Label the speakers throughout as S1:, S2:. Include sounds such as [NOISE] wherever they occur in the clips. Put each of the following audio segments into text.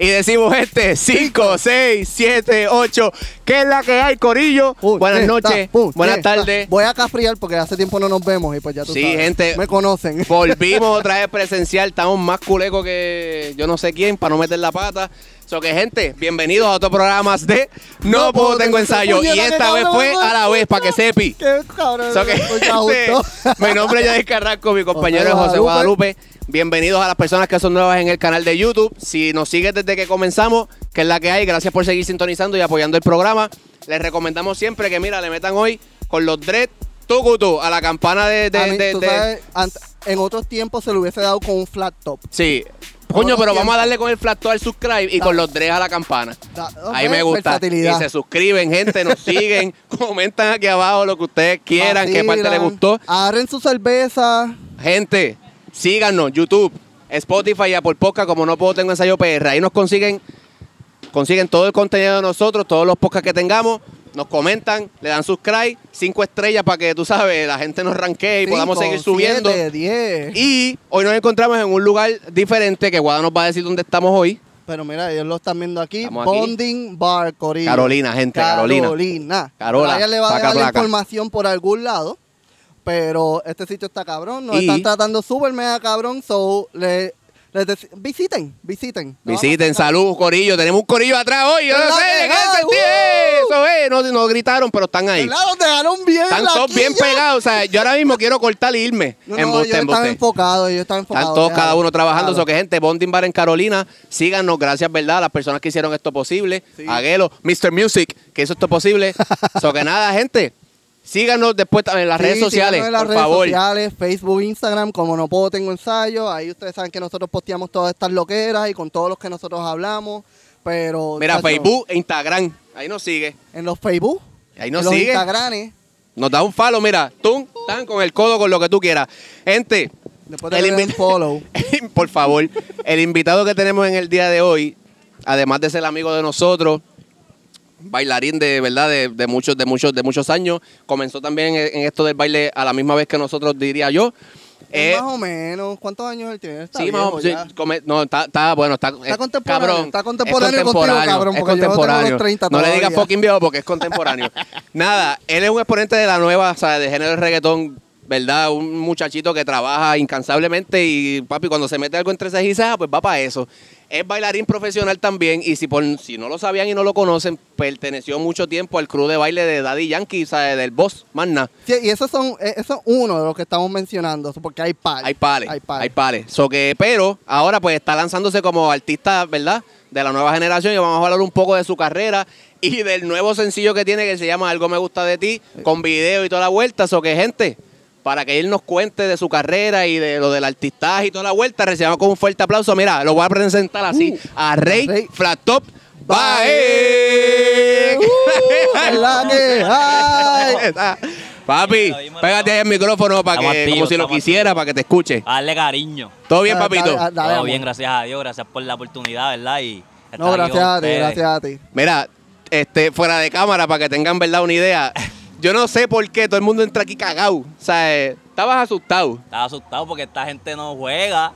S1: Y decimos este 5, 6, 7, 8. ¿Qué es la que hay, Corillo?
S2: Uy,
S1: Buenas
S2: eh,
S1: noches,
S2: ta, pum,
S1: buenas
S2: eh, ta.
S1: tardes.
S2: Voy a cafriar porque hace tiempo no nos vemos y pues ya tú
S1: Sí,
S2: sabes,
S1: gente.
S2: Me conocen.
S1: Volvimos otra vez presencial, estamos más culecos que yo no sé quién para no meter la pata. So que gente, bienvenidos a otros programas de No,
S2: No
S1: puedo tengo ensayo. Y
S2: Puñeta, qué
S1: esta vez
S2: cabrón,
S1: fue a la vez, para que sepi.
S2: [LAUGHS] Qué cabrón.
S1: So que,
S2: me
S1: [LAUGHS]
S2: escucha
S1: gente,
S2: justo.
S1: mi nombre es Yadier Carrasco, mi compañero es
S2: José
S1: José Guadalupe.
S2: pues".
S1: Bienvenidos a las personas que son nuevas en el canal de YouTube. Si nos sigues desde que comenzamos, que es la que hay, gracias por seguir sintonizando y apoyando el programa. Les recomendamos siempre que, mira, le metan hoy con los dread tucutu a la campana de... de-
S2: A mí,
S1: de-
S2: tú
S1: de-
S2: sabes, ant- en otros tiempos se le hubiese dado con un flat top.
S1: Sí. Coño,
S2: Todo
S1: pero vamos
S2: tiempo.
S1: a darle con el flacto al subscribe y con los dreads a la campana.
S2: Da-
S1: Ahí
S2: ok,
S1: me gusta. Y
S2: versatilidad.
S1: se suscriben, gente, nos siguen, [LAUGHS] comentan aquí abajo lo que ustedes quieran, qué parte les
S2: Vacilan,
S1: gustó.
S2: Agarren su cerveza.
S1: Gente, síganos, YouTube, Spotify y Apple Podcast, como no puedo tengo ensayo PR. Ahí nos consiguen, consiguen todo el contenido de nosotros, todos los podcasts que tengamos, nos comentan, le dan subscribe, cinco estrellas para que tú sabes, la gente nos ranquee y podamos seguir subiendo.
S2: 10.
S1: Y hoy nos encontramos en un lugar diferente que Guada nos va a decir dónde estamos hoy.
S2: Pero mira, ellos lo están viendo aquí.
S1: Estamos aquí.
S2: Bonding Bar, Corina.
S1: Carolina, gente, Carolina.
S2: Carolina.
S1: Carola,
S2: Ella le va a
S1: saca
S2: dar la
S1: placa.
S2: información por algún lado. Pero este sitio está cabrón. Nos
S1: Y-
S2: están tratando súper mega cabrón. So, le, les dec- visiten, visiten. No vamos a
S1: Visiten,
S2: sacar-
S1: salud, corillo. Tenemos un corillo atrás hoy. Yo no
S2: ¿Verdad
S1: sé
S2: que
S1: qué
S2: hay?
S1: sentí.
S2: ¡Uh!
S1: Eso es. No, no gritaron, pero están ahí.
S2: Claro, te dejaron bien.
S1: Están
S2: la
S1: todos bien
S2: quilla.
S1: pegados. O sea, yo ahora mismo quiero cortar e irme.
S2: No,
S1: en
S2: no, ellos están enfocados, ellos están enfocados.
S1: Están todos cada
S2: déjalo,
S1: uno trabajando.
S2: déjalo.
S1: Eso que gente, Bonding Bar en Carolina, síganos, gracias, ¿verdad? A las personas que hicieron esto posible.
S2: Sí.
S1: A Gelo, Mr. Music, que hizo esto
S2: [LAUGHS]
S1: posible. Eso que nada, gente, síganos después también en las
S2: Sí,
S1: redes sociales,
S2: síganos en las
S1: por
S2: redes
S1: favor.
S2: sociales, Facebook, Instagram, como no puedo tengo ensayo, ahí ustedes saben que nosotros posteamos todas estas loqueras y con todos los que nosotros hablamos, pero
S1: Mira,
S2: chacho,
S1: Facebook e Instagram, ahí nos sigue.
S2: en los Facebook,
S1: Ahí nos
S2: en los
S1: sigue.
S2: Instagrames,
S1: Nos da un follow, mira, tú, tan con el codo, con lo que tú quieras. Gente,
S2: después de darle
S1: invi-
S2: un
S1: [LAUGHS]
S2: follow.
S1: por favor, el invitado que tenemos en el día de hoy, además de ser amigo de nosotros, bailarín de verdad de, de muchos de muchos de muchos años, comenzó también en, en esto del baile a la misma vez que nosotros diría yo. Eh,
S2: más o menos, ¿cuántos años él tiene? Está
S1: sí,
S2: viejo
S1: más o- sí,
S2: ya.
S1: come- no, está, está- bueno, está,
S2: Está
S1: eh,
S2: contemporáneo,
S1: cabrón,
S2: está contemporáneo contigo, cabrón,
S1: es
S2: porque yo no tengo
S1: contemporáneo.
S2: los 30
S1: no le digas
S2: todavía.
S1: fucking viejo porque es
S2: [LAUGHS]
S1: contemporáneo. Nada, él es un exponente de la nueva, o sea, de género de reggaetón, ¿verdad? Un muchachito que trabaja incansablemente y papi, cuando se mete algo entre cejas y cejas, pues va para eso. Es bailarín profesional también y si, por, si no lo sabían y no lo conocen, perteneció mucho tiempo al crew de baile de Daddy Yankee, o sea, del boss, más nada.
S2: Sí, y esos son, eh, eso es uno de los que estamos mencionando, porque hay pales.
S1: Hay pales.
S2: Hay pales.
S1: So que, pero ahora pues está lanzándose como artista, ¿verdad? De la nueva generación y vamos a hablar un poco de su carrera y del nuevo sencillo que tiene que se llama Algo me gusta de ti, con video y toda la vuelta. So que, gente, para que él nos cuente de su carrera y de lo del artistaje y toda la vuelta, recibamos con un fuerte aplauso. Mira, lo voy a presentar así
S2: Uh,
S1: a Rey,
S2: a Rey.
S1: Flat Top Bae. [LAUGHS]
S2: Bae. Uh, es la que hay.
S1: Papi,
S3: Dímelo, dímelo.
S1: pégate ahí el micrófono para
S3: Estamos
S1: que, como
S3: activos,
S1: si lo
S3: estamos
S1: quisiera, para que te escuche.
S3: A darle cariño.
S1: [LAUGHS] ¿Todo bien,
S2: Ah, Dale,
S1: papito?
S2: dale, dale,
S3: Todo
S2: amor.
S3: bien, gracias a Dios, gracias por la oportunidad, ¿verdad? Y estar
S2: No,
S3: aquí
S2: gracias
S3: con
S2: a ti,
S3: ustedes.
S2: gracias a ti.
S1: Mira, este, fuera de cámara, para que tengan verdad una idea. Yo no sé por qué todo el mundo entra aquí cagado. O sea, eh, estabas asustado.
S3: Estaba asustado porque esta gente no
S2: [LAUGHS]
S3: juega.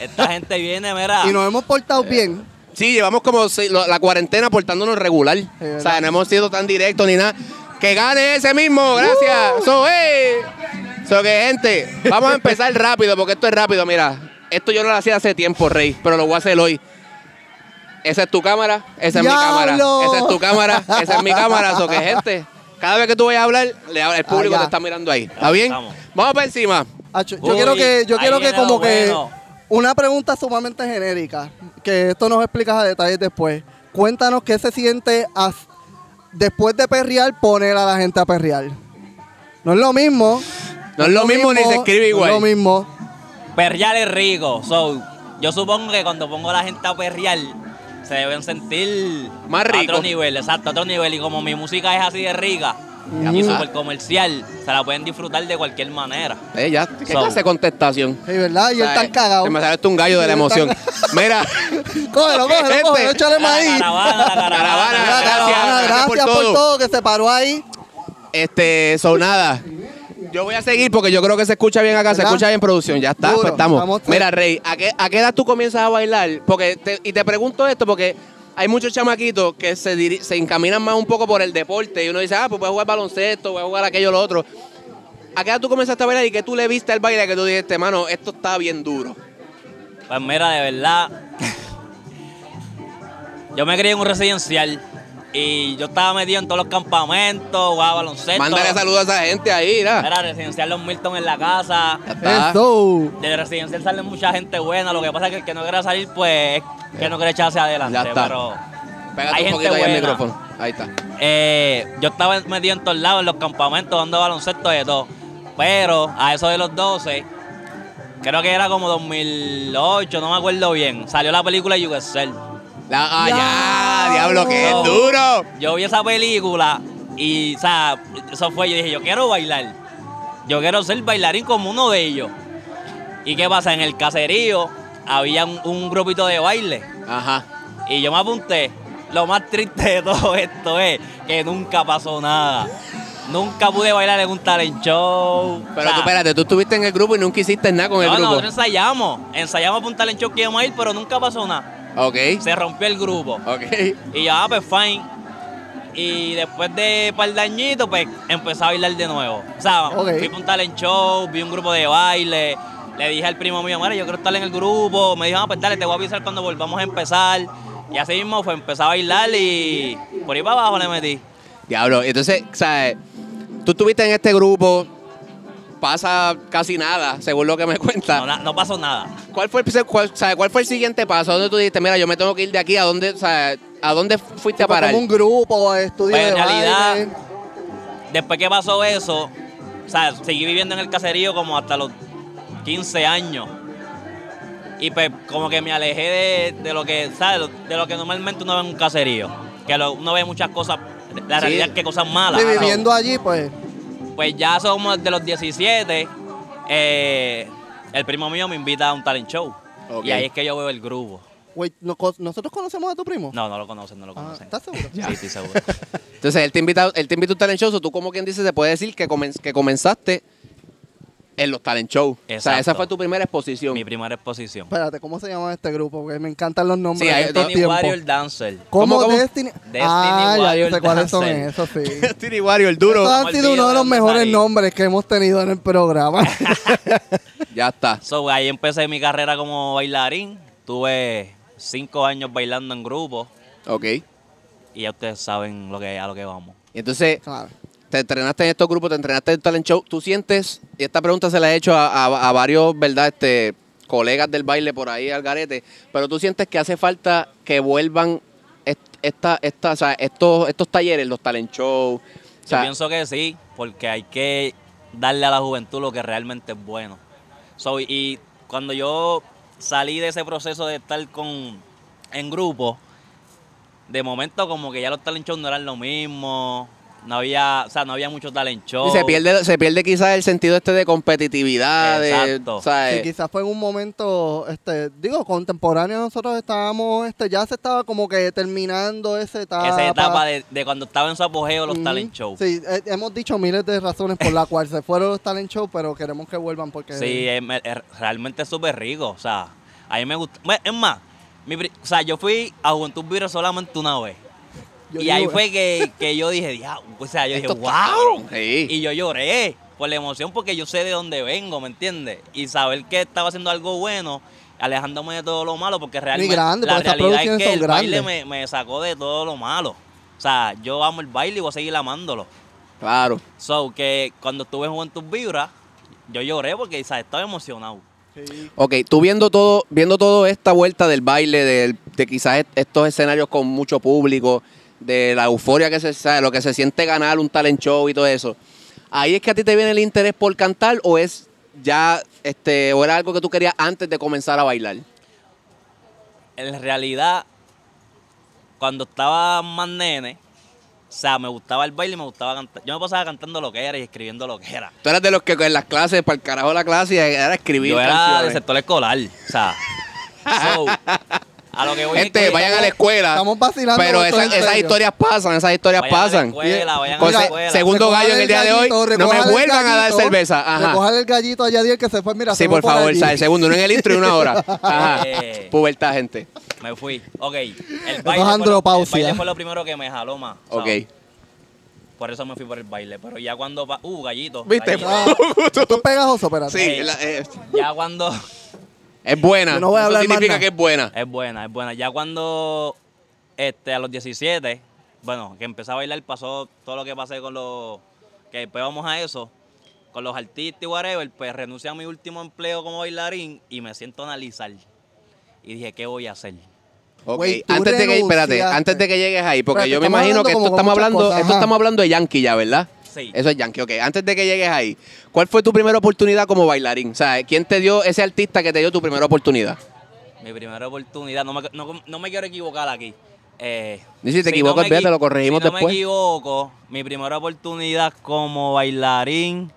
S3: esta gente viene, mira.
S2: Y nos hemos
S3: Ah.
S2: portado bien.
S1: Sí, llevamos como se- lo- la cuarentena portándonos regular. o sea,
S2: ¿verdad?
S1: no hemos sido tan directos ni nada. Que gane ese mismo,
S2: Uh.
S1: gracias. Eso eh. So que, gente, vamos a
S2: [LAUGHS]
S1: empezar rápido, porque esto es rápido. Mira, esto yo no lo hacía hace tiempo, Rey, pero lo voy a hacer hoy. Esa es tu cámara, esa es mi cámara.
S2: ¡Diablo!
S1: Esa es tu cámara, esa es mi cámara.
S2: [LAUGHS]
S1: So que, gente, cada vez que tú vayas a hablar, le habla- el público
S2: Allá.
S1: te está mirando ahí. ¿Está bien?
S3: Estamos.
S1: Vamos para encima.
S2: Acho, yo
S3: Uy,
S2: quiero que, yo
S3: ahí
S2: quiero que
S3: viene lo
S2: como que
S3: bueno.
S2: una pregunta sumamente genérica, que esto nos explicas a detalles después. Cuéntanos qué se siente as- después de perrear, poner a la gente a perrear. No es lo mismo.
S1: No es lo mismo ni se escribe igual.
S2: No es lo mismo.
S3: Perrear es rico. So, yo supongo que cuando pongo a la gente a perrear, se deben sentir
S1: Más
S3: a
S1: rico.
S3: otro nivel, exacto, a otro nivel. Y como mi música es así de rica
S1: Ya,
S3: y
S1: ah.
S3: súper comercial, se la pueden disfrutar de cualquier manera.
S1: Eh, ya, ¿qué
S3: So.
S1: clase de contestación?
S2: Sí, ¿verdad? Y él
S1: Ay,
S2: está cagado.
S1: Se me sale hasta un gallo de la
S2: Y él está-
S1: emoción.
S2: [LAUGHS]
S1: Mira,
S2: Cógelo,
S1: Gente.
S2: cógelo, cógelo, échale
S3: La
S2: maíz. Ah,
S3: caravana, la caravana,
S1: Caravana,
S3: la
S2: Mira,
S1: gracias,
S2: cabrona,
S1: gracias por
S2: gracias por
S1: todo.
S2: todo que se paró ahí.
S1: este, sonada. Yo voy a seguir porque yo creo que se escucha bien acá, se
S2: ¿Verdad?
S1: escucha bien en producción. Ya está,
S2: Duro,
S1: pues estamos.
S2: estamos tres.
S1: Mira, Rey, ¿a qué, a qué edad tú comienzas a bailar? Porque te- y te pregunto esto porque hay muchos chamaquitos que se, diri- se encaminan más un poco por el deporte y uno dice, ah, pues voy a jugar baloncesto, voy a jugar aquello, lo otro. ¿A qué edad tú comenzaste a bailar y que tú le viste al baile que tú dijiste, mano, esto está bien duro?
S3: Pues mira, de verdad. [LAUGHS] yo me crié en un residencial. Y yo estaba metido en todos los campamentos, jugaba baloncesto.
S1: Mándale saludos a esa gente ahí, mira.
S3: Era residencial Los Milton en la casa.
S1: Ya está.
S2: Eso.
S3: Del residencial sale mucha gente buena. Lo que pasa es que el que no quiere salir, pues, es que no quiere echarse adelante.
S1: Ya está.
S3: Pero
S1: Pégate
S3: Hay
S1: un
S3: gente
S1: poquito ahí el
S3: buena.
S1: micrófono. Ahí está.
S3: eh, yo estaba metido en todos lados, en los campamentos, dando baloncesto de todo. Pero a eso de los 12, creo que era como 2008, no me acuerdo bien. Salió la película Cell.
S1: La, ah, ya,
S2: Ya.
S1: diablo, que es
S3: No.
S1: duro.
S3: Yo vi esa película y, o sea, eso fue. Yo dije, yo quiero bailar. Yo quiero ser bailarín como uno de ellos. ¿Y qué pasa? En el caserío había un, un grupito de baile
S1: Ajá.
S3: y yo me apunté. Lo más triste de todo esto es que nunca pasó nada. Nunca pude bailar en un talent show.
S1: Pero
S3: O sea,
S1: tú, espérate, tú estuviste en el grupo y nunca hiciste nada con el
S3: no,
S1: grupo.
S3: nosotros ensayamos. Ensayamos para un talent show que íbamos a ir, pero nunca pasó nada.
S1: Ok,
S3: Se rompió el grupo.
S1: ok. [LAUGHS]
S3: Y yo, ah, pues fine. Y después de par de añitos, pues empecé a bailar de nuevo. O sea,
S2: Ok.
S3: fui para un talent show, vi un grupo de baile. Le dije al primo mío, mira, yo quiero estar en el grupo. Me dijo, ah, pues dale, te voy a avisar cuando volvamos a empezar. Y así mismo fue, empecé a bailar y por ahí para abajo le metí.
S1: Diablo, entonces, ¿sabes? Tú estuviste en este grupo, pasa casi nada, según lo que me [LAUGHS] cuentas.
S3: No, na- no pasó nada.
S1: ¿Cuál, fue el, cuál, sabes, ¿Cuál fue el siguiente paso? ¿Dónde tú dijiste, mira, yo me tengo que ir de aquí? ¿A dónde, sabes, ¿a dónde fuiste a parar?
S2: Como un grupo, estudio
S3: Pues, en
S2: de
S3: realidad,
S2: baile.
S3: Después que pasó eso, o sea, seguí viviendo en el caserío como hasta los 15 años. Y pues como que me alejé de, de lo que, ¿sabes? De lo que normalmente uno ve en un caserío. Que lo- uno ve muchas cosas, la
S1: Sí.
S3: realidad es que cosas malas.
S2: Sí, viviendo allí, pues.
S3: Pues ya somos de los 17. eh, el primo mío me invita a un talent show.
S1: Ok.
S3: Y ahí es que yo veo el grupo.
S2: Wait, ¿no- co- ¿nosotros conocemos a tu primo?
S3: No, no lo conocen, no lo
S2: Ah,
S3: conocen.
S2: ¿Estás seguro?
S3: sí, estoy seguro.
S1: Entonces, él te, invita, él te invita a un talent show, so tú como quien dice, se puede decir que, comen- que comenzaste en los talent shows. O sea, esa
S3: Exacto.
S1: fue tu primera exposición.
S3: Mi primera exposición.
S2: Espérate, ¿cómo se llama este grupo? Porque me encantan los nombres
S1: Sí,
S2: de
S1: hay-
S2: estos
S3: Destiny
S2: tiempos.
S3: Warrior Dancer.
S2: ¿Cómo,
S1: ¿Cómo, cómo?
S2: Destiny?
S3: Destiny
S2: ah, ya yo sé
S3: Warrior
S2: cuáles son
S3: Dancer.
S2: esos,
S3: [LAUGHS]
S2: sí.
S1: [LAUGHS] Tiri Wario, el duro.
S2: Estos
S3: Todo-
S2: han
S3: me
S2: sido
S3: olvido
S2: uno de los
S3: dónde
S2: mejores
S3: salí.
S2: nombres que hemos tenido en el
S3: [LAUGHS]
S2: programa.
S1: Ya está.
S3: So, ahí empecé mi carrera como bailarín. Tuve cinco años bailando en grupo
S1: Ok. Y
S3: y ya ustedes saben lo que, a lo que vamos.
S1: entonces,
S2: claro.
S1: te entrenaste en estos grupos, te entrenaste en el talent show. ¿Tú sientes, y esta pregunta se la he hecho a, a- a varios, ¿verdad? Este, colegas del baile por ahí al garete, pero tú sientes que hace falta que vuelvan est- esta, esta, o sea, estos, estos talleres, los talent shows. O
S3: Yo
S1: sea,
S3: pienso que sí, porque hay que darle a la juventud lo que realmente es bueno. So, y cuando yo salí de ese proceso de estar con en grupo, de momento como que ya los talent shows no eran lo mismo, no había, o sea, no había muchos talent
S1: y
S3: shows.
S1: se pierde, se pierde quizás el sentido este de competitividad, de,
S3: Exacto.
S1: o sea,
S2: Sí, quizás fue en un momento, este, digo, contemporáneo nosotros estábamos, este, ya se estaba como que terminando esa etapa.
S3: Esa etapa de, de cuando estaba en su apogeo los
S2: Ujú.
S3: talent shows.
S2: Sí, eh, hemos dicho miles de razones por las cuales se fueron los talent shows, pero queremos que vuelvan porque...
S3: Sí, es, me- es realmente es súper rico. O sea, a mí me gusta. bueno, Es más, mi pri- o sea, yo fui a Juventud Viro solamente una vez.
S2: Yo
S3: y
S2: digo, eh.
S3: ahí fue que, que yo dije, "Diablo", o sea, yo dije,
S1: Esto está
S3: wow.
S1: cabrón. Sí.
S3: Y yo lloré por la emoción porque yo sé de dónde vengo, ¿me entiendes? Y saber que estaba haciendo algo bueno, alejándome de todo lo malo, porque realmente
S2: grande,
S3: la
S2: porque esas
S3: realidad es
S2: producciones
S3: que el
S2: son
S3: baile me,
S2: grandes.
S3: me sacó de todo lo malo. O sea, yo amo el baile y voy a seguir amándolo.
S1: claro.
S3: So, que cuando estuve en Juventud Vibra, yo lloré porque o sea, estaba emocionado.
S2: sí,
S1: Ok, tú viendo todo, viendo toda esta vuelta del baile, del- de quizás est- estos escenarios con mucho público, de la euforia que se sabe, lo que se siente ganar un talent show y todo eso. Ahí es que a ti te viene el interés por cantar o es ya, este, o era algo que tú querías antes de comenzar a bailar.
S3: En realidad, cuando estaba más nene, o sea, me gustaba el baile y me gustaba cantar. Yo me pasaba cantando lo que era y escribiendo lo que era.
S1: Tú eras de los que en las clases, para el carajo la clase, era escribir
S3: Yo era
S1: canciones.
S3: del sector escolar, o sea. so, A lo que voy
S1: Gente,
S3: es que
S1: vayan a la
S3: estamos-
S1: escuela.
S2: Estamos vacilando,
S1: Pero
S2: esto
S1: esa-
S2: es en
S1: esas
S2: serio.
S1: historias pasan, esas historias
S3: Vayan a la
S1: pasan.
S3: escuela, vayan a la
S1: Entonces,
S3: escuela.
S1: Segundo
S2: Recojan
S1: gallo en el día de hoy, no me
S2: recojan el
S1: vuelvan a dar
S2: gallito,
S1: cerveza. Ajá.
S2: Recojan el gallito allá Yadiel que se fue, mira,
S1: Sí,
S2: se
S1: por
S2: fue
S1: favor,
S2: allí.
S1: sal, segundo, uno en el intro y una
S3: [LAUGHS]
S1: hora. Ajá.
S3: Eh.
S1: Pubertad, gente.
S3: Me fui. Ok. El
S2: es
S3: baile, fue lo, el
S2: andropausia.
S3: baile fue lo primero que me jaló más.
S1: Ok.
S3: ¿sabes? Por eso me fui por el baile. Pero ya cuando. pa- Uh, gallito.
S1: ¿Viste?
S3: gallito.
S2: Ah, Tú es pegajoso, espérate.
S1: Sí,
S3: Ey.
S1: la- eh,
S3: Ya cuando.
S1: es buena.
S2: Yo no voy a
S1: Eso
S2: hablar más
S1: significa
S2: nada.
S1: que es buena.
S3: Es buena, es buena. Ya cuando. Este, a los 17. Bueno, que empecé a bailar, pasó todo lo que pasé con los. Que después vamos a eso. Con los artistas y whatever. Pues renuncié a mi último empleo como bailarín y me siento a analizar. Y dije, ¿qué voy a hacer?
S1: Ok,
S2: Güey, tú
S1: antes de que, espérate,
S2: renunciaste.
S1: antes de que llegues ahí, porque
S2: Espérate,
S1: yo me
S2: estamos
S1: imagino
S2: hablando
S1: que esto
S2: como con
S1: estamos
S2: muchas
S1: hablando,
S2: cosas,
S1: esto
S2: ajá.
S1: estamos hablando de Yankee ya, ¿verdad?
S3: Sí.
S1: Eso es Yankee, ok. Antes de que llegues ahí, ¿cuál fue tu primera oportunidad como bailarín? O sea, ¿quién te dio ese artista que te dio tu primera oportunidad?
S3: Mi primera oportunidad, no me, no- no me quiero equivocar aquí. Eh,
S1: Y si te equivocas,
S3: me
S1: vete,
S3: equi-
S1: lo corregimos
S3: si no
S1: después.
S3: me equivoco, mi primera oportunidad como bailarín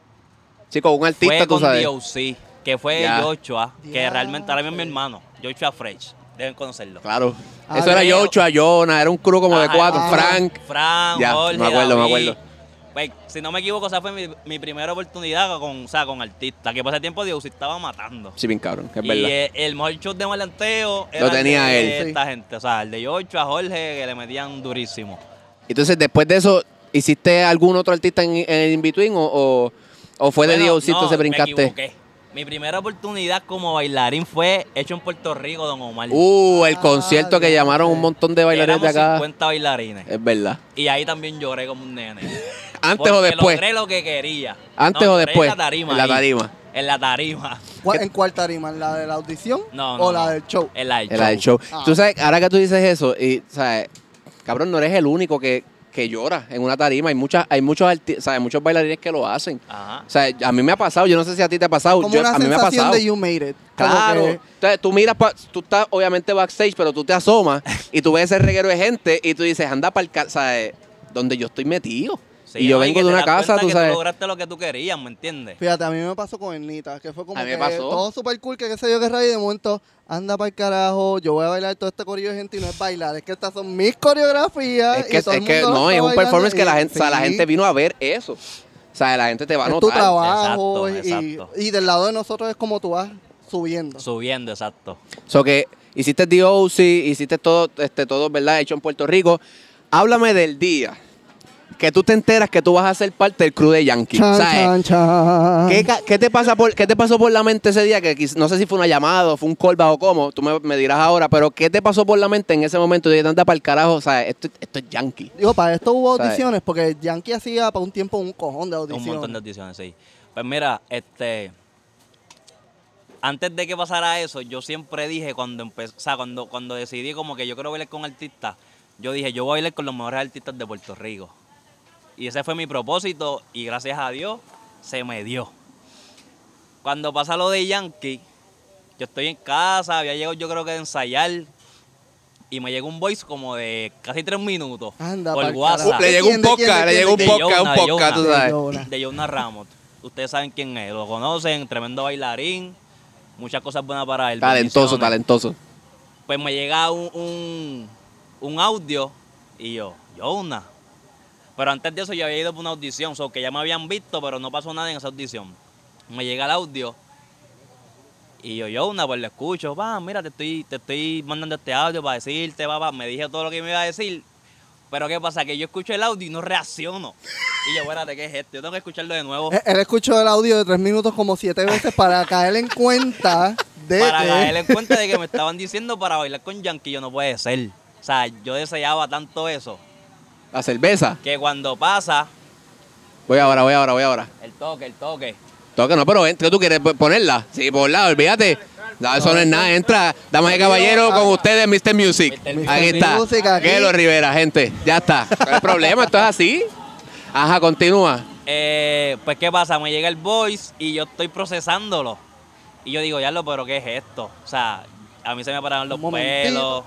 S1: Sí, con un artista,
S3: fue
S1: tú
S3: con
S1: sabes.
S3: DOC, que fue
S1: Ya.
S3: Joshua, que
S2: Ya,
S3: realmente ahora mismo es
S2: sí.
S3: mi hermano, Joshua Fresh, deben conocerlo.
S1: Claro.
S2: Ah,
S1: Eso era
S3: creo.
S1: Yocho, Jonah, era un crew como de
S3: Ajá,
S1: cuatro.
S2: ah.
S1: Frank.
S3: Fran,
S1: Ya,
S3: Jorge,
S1: me acuerdo, me
S3: David.
S1: acuerdo.
S3: Pues, si no me equivoco, esa fue mi, mi primera oportunidad con, o sea, con artista, que por ese tiempo DOC estaba matando.
S1: Sí, bien cabrón, es
S3: y
S1: verdad.
S3: eh, el mejor show de malanteo
S1: Lo tenía
S3: el de
S2: él.
S3: esta gente, o sea, el de Joshua, Jorge, que le metían durísimo.
S1: Entonces, después de eso, ¿hiciste algún otro artista en, en In Between o, o, o fue de
S3: Bueno,
S1: Dios
S3: no,
S1: entonces
S3: Me
S1: brincaste?
S3: equivoqué. Mi primera oportunidad como bailarín fue hecho en Puerto Rico, don Omar.
S1: Uh, el
S2: Ah,
S1: concierto que
S2: ya
S1: llamaron
S2: sé.
S1: un montón de bailarines de
S3: Éramos
S1: acá.
S3: 50 bailarines.
S1: Es verdad.
S3: Y ahí también lloré como un nene.
S1: Antes o
S3: Porque
S1: después.
S3: Logré lo que quería.
S1: Antes
S3: No,
S1: o
S3: logré
S1: después.
S3: En la tarima.
S1: En la
S3: ahí.
S1: tarima.
S3: En la tarima. [LAUGHS]
S2: ¿Cuál- ¿En cuál tarima? ¿En la de la audición?
S3: No, no,
S2: ¿O la
S3: no.
S2: del show?
S3: En la del
S1: Era el
S3: show.
S1: show.
S2: Ah.
S1: Tú sabes, ahora que tú dices eso, y, ¿sabes? Cabrón, no eres el único que, que llora en una tarima. Hay, muchas, hay muchos, arti- ¿sabes? muchos bailarines que lo hacen.
S3: Ajá.
S1: O sea, a mí me ha pasado, yo no sé si a ti te ha pasado,
S2: Como
S1: yo-
S2: una
S1: a mí me ha
S2: sensación
S1: pasado.
S2: de You Made It. Como
S1: Claro.
S2: que-
S1: Entonces, tú miras, pa- tú estás obviamente backstage, pero tú te asomas y tú ves ese reguero de gente y tú dices, anda para el... ¿sabes? Donde yo estoy metido.
S3: Sí,
S1: y yo
S3: ¿no?
S1: vengo
S3: que
S1: de
S3: te
S1: una
S3: das
S1: casa,
S3: cuenta
S1: tú
S3: que
S1: sabes.
S3: lograste lo que tú querías, ¿me entiendes?
S2: Fíjate, a mí me pasó con Ernita, que fue como
S1: A mí
S2: que
S1: me pasó.
S2: todo super cool, que qué sé yo, que rayo, y de momento, anda para el carajo, yo voy a bailar todo este corillo de gente y no es bailar, es que estas son mis coreografías.
S1: Es que,
S2: y todo el
S1: es que
S2: mundo
S1: no,
S2: está
S1: es un
S2: bailando
S1: performance que la
S2: y-
S1: gente, o sea, la
S2: sí,
S1: gente vino a ver eso. O sea, la gente te va a
S2: Es
S1: notar.
S2: tu trabajo
S3: Exacto,
S2: y-
S3: exacto.
S2: y, del lado de nosotros es como tú vas subiendo.
S3: Subiendo, exacto.
S1: So que hiciste DOC, hiciste todo, este, todo, ¿verdad? Hecho en Puerto Rico. Háblame del día que tú te enteras que tú vas a ser parte del crew de Yankee.
S2: Chan,
S1: ¿Sabes?
S2: chan, chan.
S1: ¿Qué, ca- qué te pasa por, ¿Qué te pasó por la mente ese día? Que quiz- no sé si fue una llamada o fue un callback o cómo, tú me, me dirás ahora, pero ¿qué te pasó por la mente en ese momento? De anda para el carajo, o sea, esto, esto es yankee.
S2: Digo, para esto hubo
S1: ¿Sabes?
S2: audiciones, porque Yankee hacía para un tiempo un cojón de
S3: Un
S2: audiciones.
S3: montón de audiciones, sí. Pues mira, este. Antes de que pasara eso, yo siempre dije cuando empezó, o sea, cuando, cuando decidí como que yo quiero bailar con artistas, yo dije, yo voy a bailar con los mejores artistas de Puerto Rico. Y ese fue mi propósito y gracias a Dios se me dio. Cuando pasa lo de Yankee, yo estoy en casa, había llegado yo creo que de ensayar y me llegó un voice como de casi tres minutos
S2: Anda,
S3: por
S2: pa'l
S3: WhatsApp
S2: carajo. Le llegó un podcast, le llegó un
S1: poca,
S3: de Jonah, de Jonah.
S2: sabes. Jonah.
S3: [LAUGHS] De Jonah Ramos. Ustedes saben quién es, lo conocen, tremendo bailarín, muchas cosas buenas para él.
S1: Talentoso,
S3: bendiciones.
S1: talentoso.
S3: Pues me llega un, un, un audio y yo, Jonah. Pero antes de eso yo había ido por una audición, so que ya me habían visto, pero no pasó nada en esa audición. Me llega el audio y yo, Jonah, pues lo escucho, va, mira, te estoy, te estoy mandando este audio para decirte, va, va. me dije todo lo que me iba a decir. Pero ¿qué pasa? Que yo escucho el audio y no reacciono. Y yo, espérate, ¿qué es esto? Yo tengo que escucharlo de nuevo.
S2: Él Eh, él escuchó el audio de tres minutos como siete veces para caer en cuenta de
S3: para
S2: que-
S3: caer en cuenta de que me estaban diciendo para bailar con Yankee, yo no puede ser. O sea, yo deseaba tanto eso
S1: La cerveza.
S3: que cuando pasa
S1: Voy ahora, voy ahora, voy ahora.
S3: el toque, el toque.
S1: Toca, no, pero entra, ¿tú quieres po- ponerla? Sí, por lado, olvídate. No, eso no es nada, entra. Damas y caballero, con ustedes, Mr. Music.
S3: Mr.
S1: Aquí
S2: Music,
S1: está.
S2: aquí.
S1: Gelo Rivera, gente. Ya está. No hay problema, esto es así. Ajá, continúa.
S3: Eh, pues qué pasa, me llega el voice y yo estoy procesándolo. Y yo digo, ya lo, pero qué es esto? O sea, a mí se me pararon los
S2: Un momentito.
S3: pelos,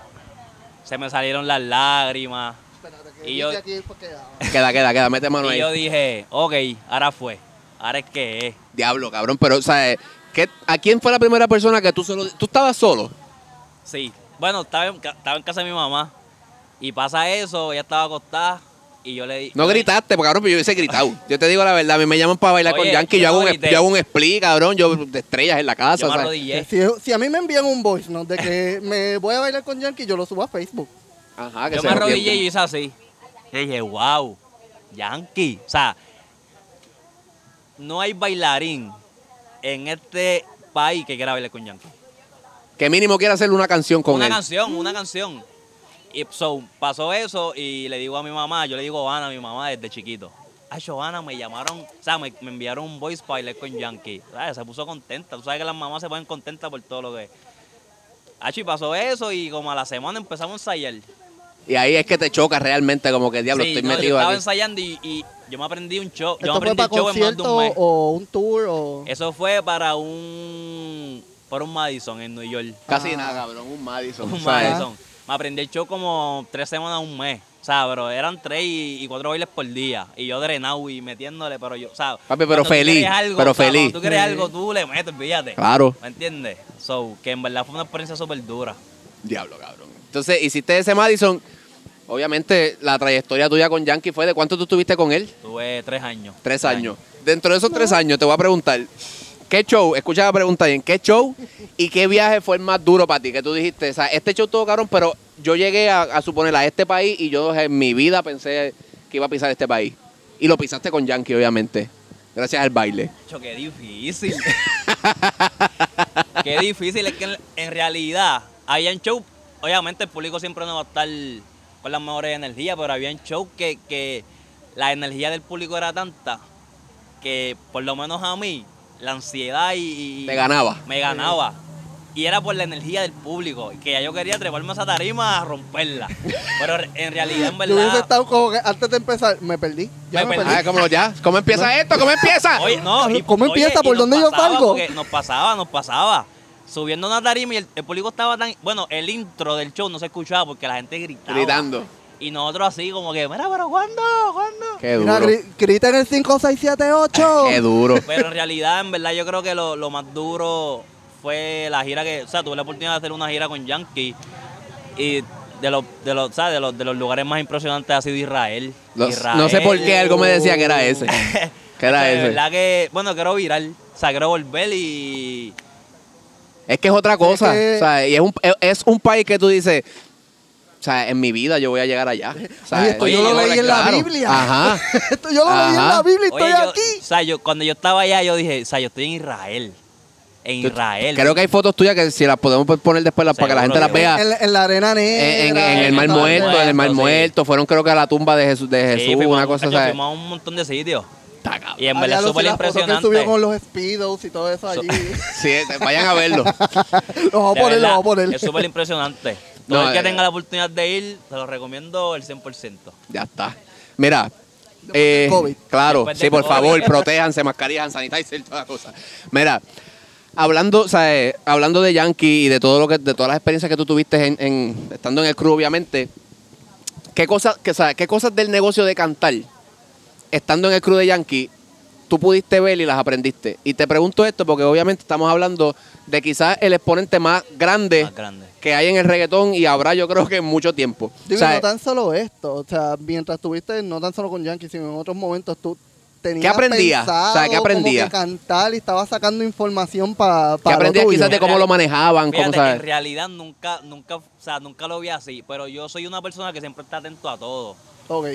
S3: se me salieron las lágrimas.
S2: Espérate, que
S3: Y
S2: dice
S3: yo-
S2: aquí porque- ah,
S1: Queda, queda, queda, mete mano
S3: Y
S1: ahí.
S3: yo dije, ok, ahora fue. Ahora es que es.
S1: Diablo, eh, cabrón, pero, o sea, ¿qué- ¿a quién fue la primera persona que tú solo... ¿Tú estabas solo?
S3: Sí, Bueno, estaba en, ca- estaba en casa de mi mamá y pasa eso, ella estaba acostada y yo le dije...
S1: No gritaste, porque cabrón, pero yo hubiese gritado. Yo te digo la verdad, a mí me llaman para bailar con
S3: Oye,
S1: Yankee, yo,
S3: yo
S1: hago un,
S3: grité.
S1: yo hago un split, cabrón, yo de estrellas en la casa.
S3: Yo me
S1: ¿sabes?
S3: arrodillé.
S2: Si, si a mí me envían un voice, ¿no? De que me voy a bailar con Yankee, yo lo subo a Facebook.
S1: Ajá, que
S3: Yo
S1: se
S3: me arrodillé y
S1: entiende.
S3: yo hice así. Y dije, wow, Yankee. O sea, no hay bailarín en este país que quiera bailar con Yankee.
S1: Que mínimo quiera hacerle una canción con
S3: una
S1: él.
S3: canción, una canción. Y so, pasó eso y le digo a mi mamá, yo le digo Ana a mi mamá desde chiquito. Ay, Ana, me llamaron, o sea, me, me enviaron un voice para bailar con Yankee. Ay, se puso contenta. Tú sabes que las mamás se ponen contentas por todo lo que es. Acho, y pasó eso y como a la semana empezamos a ensayar.
S1: Y ahí es que te choca realmente, como que diablo,
S3: Sí,
S1: estoy
S3: no,
S1: metido
S3: yo estaba
S1: aquí.
S3: ensayando y, y yo me aprendí un show. Yo me
S2: ¿Esto fue
S3: aprendí
S2: para
S3: el show en más de
S2: concierto
S3: un mes.
S2: o un tour o...?
S3: Eso fue para un para un Madison en New York.
S1: Casi
S2: Ah.
S1: nada, cabrón, un Madison.
S3: Un
S1: ¿sabes?
S3: Madison. Me aprendí el show como tres semanas, un mes. O sea, pero eran tres y, y cuatro bailes por día. Y yo drenado y metiéndole, pero yo, o sea,
S1: Papi, pero
S3: cuando tú
S1: feliz,
S3: quieres algo,
S1: pero
S3: o sea, cuando
S1: feliz.
S3: tú quieres
S2: Sí.
S3: algo, tú le metes, fíjate.
S1: Claro.
S3: ¿Me entiendes? So, que en verdad fue una experiencia súper dura.
S1: Diablo, cabrón. Entonces, hiciste ese Madison. Obviamente, la trayectoria tuya con Yankee fue de cuánto tú estuviste con él?
S3: Tuve tres años.
S1: Tres años. Dentro de esos tres años, te voy a preguntar, ¿qué show? Escucha la pregunta bien, ¿qué show y qué viaje fue el más duro para ti? Que tú dijiste, o sea, este show todo cabrón, pero yo llegué a, a suponer a este país y yo en mi vida pensé que iba a pisar este país. Y lo pisaste con Yankee, obviamente. Gracias al baile.
S3: Chacho, qué difícil. qué difícil. Es que en, en realidad, había en show, obviamente el público siempre no va a estar con las mejores energías, pero había en show que, que la energía del público era tanta que, por lo menos a mí, la ansiedad y. y-
S1: Te ganaba.
S3: Me ganaba. Y era por la energía del público, que ya yo quería treparme a esa tarima a romperla. Pero en realidad, en
S2: Yo hubiese
S3: verdad.
S2: estado como que antes de empezar, me perdí. Ya
S3: Me
S2: me,
S3: perdí.
S2: perdí.
S1: Ah, ¿cómo, ya? ¿Cómo empieza esto? ¿Cómo empieza?
S3: Oye, no, y-
S2: ¿Cómo empieza?
S3: y
S2: ¿Por
S3: nos
S2: dónde yo
S3: pasaba,
S2: salgo?
S3: porque Nos pasaba, nos pasaba. Subiendo una tarima y el, el público estaba tan. Bueno, el intro del show no se escuchaba porque la gente gritaba.
S1: Gritando.
S3: Y nosotros así, como que, mira, pero ¿cuándo? ¿Cuándo?
S1: Qué
S2: Mira,
S1: duro.
S2: gri- grita en el 5, 6, 7, 8.
S1: Qué duro.
S3: Pero en realidad, en verdad, yo creo que lo, lo más duro fue la gira que. O sea, tuve la oportunidad de hacer una gira con Yankee. Y de los, de los, ¿sabes? De los, de los lugares más impresionantes ha sido Israel.
S1: Los-
S3: Israel.
S1: no sé por qué algo me
S3: [LAUGHS]
S1: decía que era ese. Que era
S3: De
S1: ese.
S3: verdad que, bueno, quiero virar. O sea, quiero volver y.
S1: Es que es otra cosa.
S2: que-
S1: o sea, y es un, es- es un país que tú dices, o sea, en mi vida yo voy a llegar allá. O sea,
S2: Oye, esto
S3: yo
S1: oye,
S3: lo
S2: leí en la
S1: claro.
S2: Biblia.
S1: Ajá.
S2: [LAUGHS] Esto yo lo leí en
S1: Ajá.
S2: la Biblia y estoy
S3: Oye, yo-
S2: aquí.
S3: O sea, yo, cuando yo estaba allá, yo dije, o sea, yo estoy en Israel. En
S1: Tú-
S3: [LAUGHS] Israel.
S1: Creo que hay fotos tuyas que si las podemos poner después la- para que la gente
S3: Seguro,
S1: las
S3: seguro.
S1: vea.
S2: En, la- en la arena negra.
S1: En, en- en el
S3: en
S1: Mar
S3: el Mar
S1: Muerto, en el Mar
S3: Muerto, sí.
S1: Muerto. Fueron creo que a la tumba de Jesús, de
S3: Sí,
S1: Jesús
S3: fuimos-
S1: una cosa,
S3: yo
S1: ¿sabes?
S3: fuimos a un montón de sitios.
S1: Está cabrón.
S3: Y en
S2: Había
S3: verdad,
S2: los-
S3: súper
S2: las fotos que él
S3: impresionante.
S2: subió con los speedos y todo eso
S1: [LAUGHS]
S3: So-
S2: allí. [LAUGHS]
S1: Sí, te- vayan a verlo.
S2: lo vamos
S3: De
S2: a poner, lo
S3: verdad,
S2: vamos a poner.
S3: Es
S2: [LAUGHS]
S3: súper impresionante.
S1: No,
S3: Todo el que
S1: eh,
S3: tenga la oportunidad de ir, te lo recomiendo el 100%.
S1: Ya está. Mira. eh,
S2: COVID.
S1: Claro,
S3: Después
S1: sí,
S3: del
S1: por
S3: COVID.
S1: favor, protéjanse, mascarillas, hand sanitizer, toda cosa. Mira, hablando, o sea, eh, hablando de Yankee y de todo lo que, de todas las experiencias que tú tuviste en, en- estando en el crew, obviamente, ¿qué cosas, que, o sea, qué cosas del negocio de cantar, estando en el crew de Yankee, tú pudiste ver y las aprendiste? Y te pregunto esto porque obviamente estamos hablando de quizás el exponente más grande,
S3: Más grande.
S1: que hay en el reggaetón y habrá, yo creo que en mucho tiempo. O
S2: Digo,
S1: sea,
S2: no tan solo esto, o sea, mientras estuviste no tan solo con Yankee, sino en otros momentos tú tenías
S1: ¿Qué aprendías? O sea,
S2: pensado
S1: ¿qué aprendías?
S2: como que cantar y estabas sacando información para
S1: que
S2: para lo
S1: aprendías
S2: tuyo.
S1: quizás de cómo lo manejaban, cómo
S3: Fíjate,
S1: sabes.
S3: en realidad nunca, nunca, o sea, nunca lo vi así, pero yo soy una persona que siempre está atento a todo.
S2: Ok.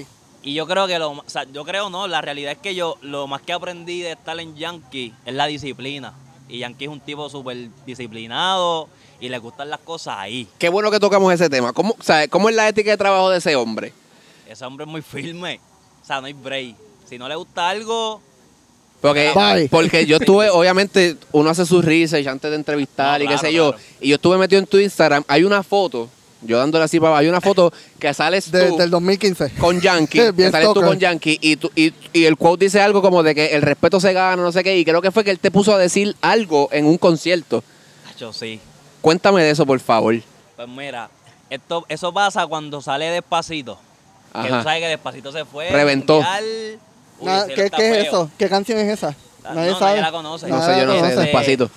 S3: Y yo creo que lo, o sea, yo creo no, la realidad es que yo lo más que aprendí de estar en Yankee es la disciplina. Y Yankee es un tipo súper disciplinado y le gustan las cosas ahí.
S1: Qué bueno que tocamos ese tema. ¿Cómo, sabe, ¿Cómo es la ética de trabajo de ese hombre?
S3: Ese hombre es muy firme. O sea, no hay break. Si no le gusta algo,
S1: Porque,
S2: Bye.
S1: porque yo estuve, obviamente, uno hace sus research antes de entrevistar
S3: No,
S1: y qué
S3: claro,
S1: sé yo.
S3: claro.
S1: Y yo estuve metido en tu Instagram. Hay una foto, yo dándole así para abajo, hay una foto que sales
S2: De-
S1: tú
S2: del 2015.
S1: con Yankee.
S2: [LAUGHS] Bien
S1: que sales tú
S2: stalker.
S1: con Yankee y, tú- y, y el quote dice algo como de que el respeto se gana, no sé qué. Y creo que fue que él te puso a decir algo en un concierto.
S3: yo sí.
S1: Cuéntame de eso, por favor.
S3: Pues mira, esto, eso pasa cuando sale despacito. Que tú
S1: Ajá.
S3: sabes que despacito se fue.
S1: Reventó.
S3: mundial. Uy,
S2: Nada,
S3: ese
S2: ¿Qué,
S3: está
S2: qué es
S3: feo.
S2: eso? ¿Qué canción es esa?
S3: Ah,
S2: Nadie
S3: no,
S2: sabe.
S3: nadie la conoce.
S1: No
S2: Nadie
S1: sé, yo no
S2: la
S1: sé,
S3: [LAUGHS]
S2: conoce.
S1: despacito.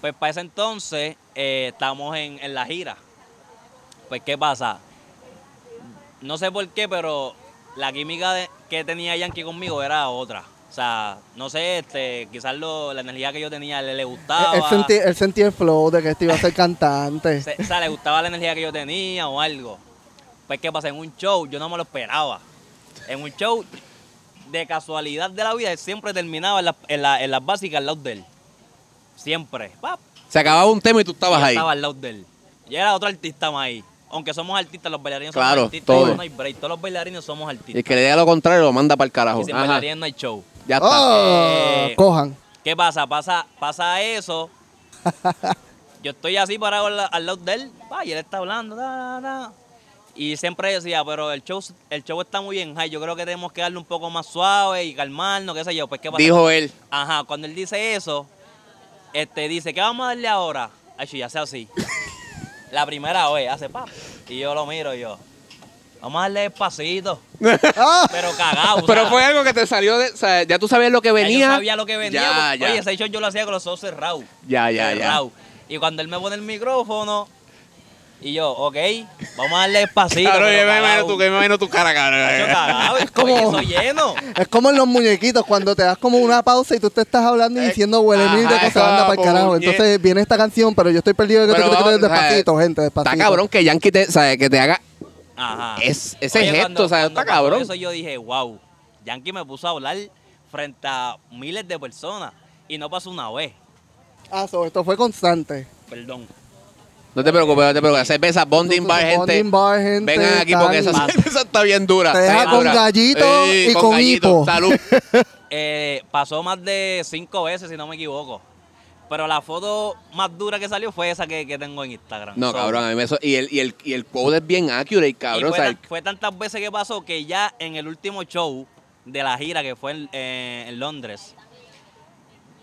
S3: Pues para ese entonces eh, estamos en, en la gira. Pues, ¿qué pasa? No sé por qué, pero la química de- que tenía Yankee conmigo era otra. O sea, no sé, este, quizás lo- la energía que yo tenía le, le
S1: Ah,
S3: gustaba.
S2: Él, sentí, él sentía el flow de que este iba a ser cantante.
S3: Se- o sea, le gustaba la energía que yo tenía o algo. Pues qué pasa, en un show yo no me lo esperaba. En un show, de casualidad de la vida, siempre terminaba en, la- en la- en las básicas al lado de él. Siempre. Pap,
S1: Se acababa un tema y tú estabas
S3: yo
S1: ahí.
S3: estaba al lado de él. Yo era otro artista más ahí. Aunque somos artistas, los bailarines
S1: Claro,
S3: somos artistas. y
S1: todos.
S3: no hay break, todos los bailarines somos
S1: Y
S3: artistas.
S1: el que le diga lo contrario lo manda para el carajo.
S3: Y sin
S1: Ajá,
S3: bailarines no hay show.
S1: ya está.
S2: Ah,
S3: Eh.
S2: Oh, Cojan.
S3: ¿Qué pasa? Pasa, pasa eso. Yo estoy así parado al, la- al lado de él, pa, y él está hablando, ta, ta, ta. y siempre decía, pero el show, el show está muy bien, ay, yo creo que tenemos que darle un poco más suave y calmarnos, qué sé yo, pues qué pasa.
S1: Dijo él.
S3: Ajá, cuando él dice eso, este dice, ¿qué vamos a darle ahora? Ay, yo ya sé así. [LAUGHS] La primera vez, hace pa. Y yo lo miro y yo. Vamos a darle despacito.
S2: Ah,
S3: Pero cagado.
S1: [LAUGHS]
S3: o
S1: Pero
S3: sea,
S1: fue algo que te salió de. O sea, ya tú sabías lo que
S3: ya
S1: venía.
S3: Yo sabía lo que venía.
S1: Ya,
S3: porque,
S1: ya.
S3: Oye, ese show yo lo hacía con los ojos cerrados.
S1: ya, ya, ya.
S3: cerrado. Y cuando él me pone el micrófono, y yo, ok, vamos a darle despacito.
S1: Cabrón,
S3: pero
S1: yo me imagino
S3: cagao.
S1: tu, yo me imagino tu cara,
S3: Yo cagao,
S1: cabrón. [LAUGHS]
S3: es
S2: como-
S3: soy lleno.
S2: es como en los muñequitos, cuando te das como una pausa y tú te estás hablando y
S1: Eh,
S2: diciendo huele mil de
S1: ajá,
S2: cosas, anda para el
S1: como
S2: carajo.
S1: un ñe-
S2: Entonces viene esta canción, pero yo estoy perdido de que
S1: Pero
S2: te quiero
S1: vamos, o sea,
S2: despacito, gente, despacito.
S1: Está cabrón que Yankee te, o sea, que te haga
S3: Ajá.
S1: es- ese
S3: Oye,
S1: gesto,
S3: cuando-
S1: o sea,
S3: cuando
S1: está
S3: pasó
S1: cabrón.
S3: Eso yo dije, wow, Yankee me puso a hablar frente a miles de personas y no pasó una vez.
S2: Ah, so, esto fue constante.
S3: Perdón.
S1: No te preocupes, no te preocupes. Cerveza Bonding Bar, gente.
S2: Bonding bar, gente,
S1: Vengan aquí porque esa
S2: tal.
S1: cerveza está bien dura.
S2: Te
S1: está
S2: deja
S1: bien
S2: con
S1: dura.
S2: gallito y con
S1: gallito.
S2: hipo.
S1: Salud. [LAUGHS]
S3: Eh, pasó más de cinco veces, si no me equivoco. Pero la foto más dura que salió fue esa que, que tengo en Instagram.
S1: No,
S3: So,
S1: cabrón, a mí me so- y el y el y el code es bien accurate, cabrón,
S3: Y
S1: o
S3: fue,
S1: sea,
S3: tan- fue tantas veces que pasó que ya en el último show de la gira que fue en, eh, en Londres,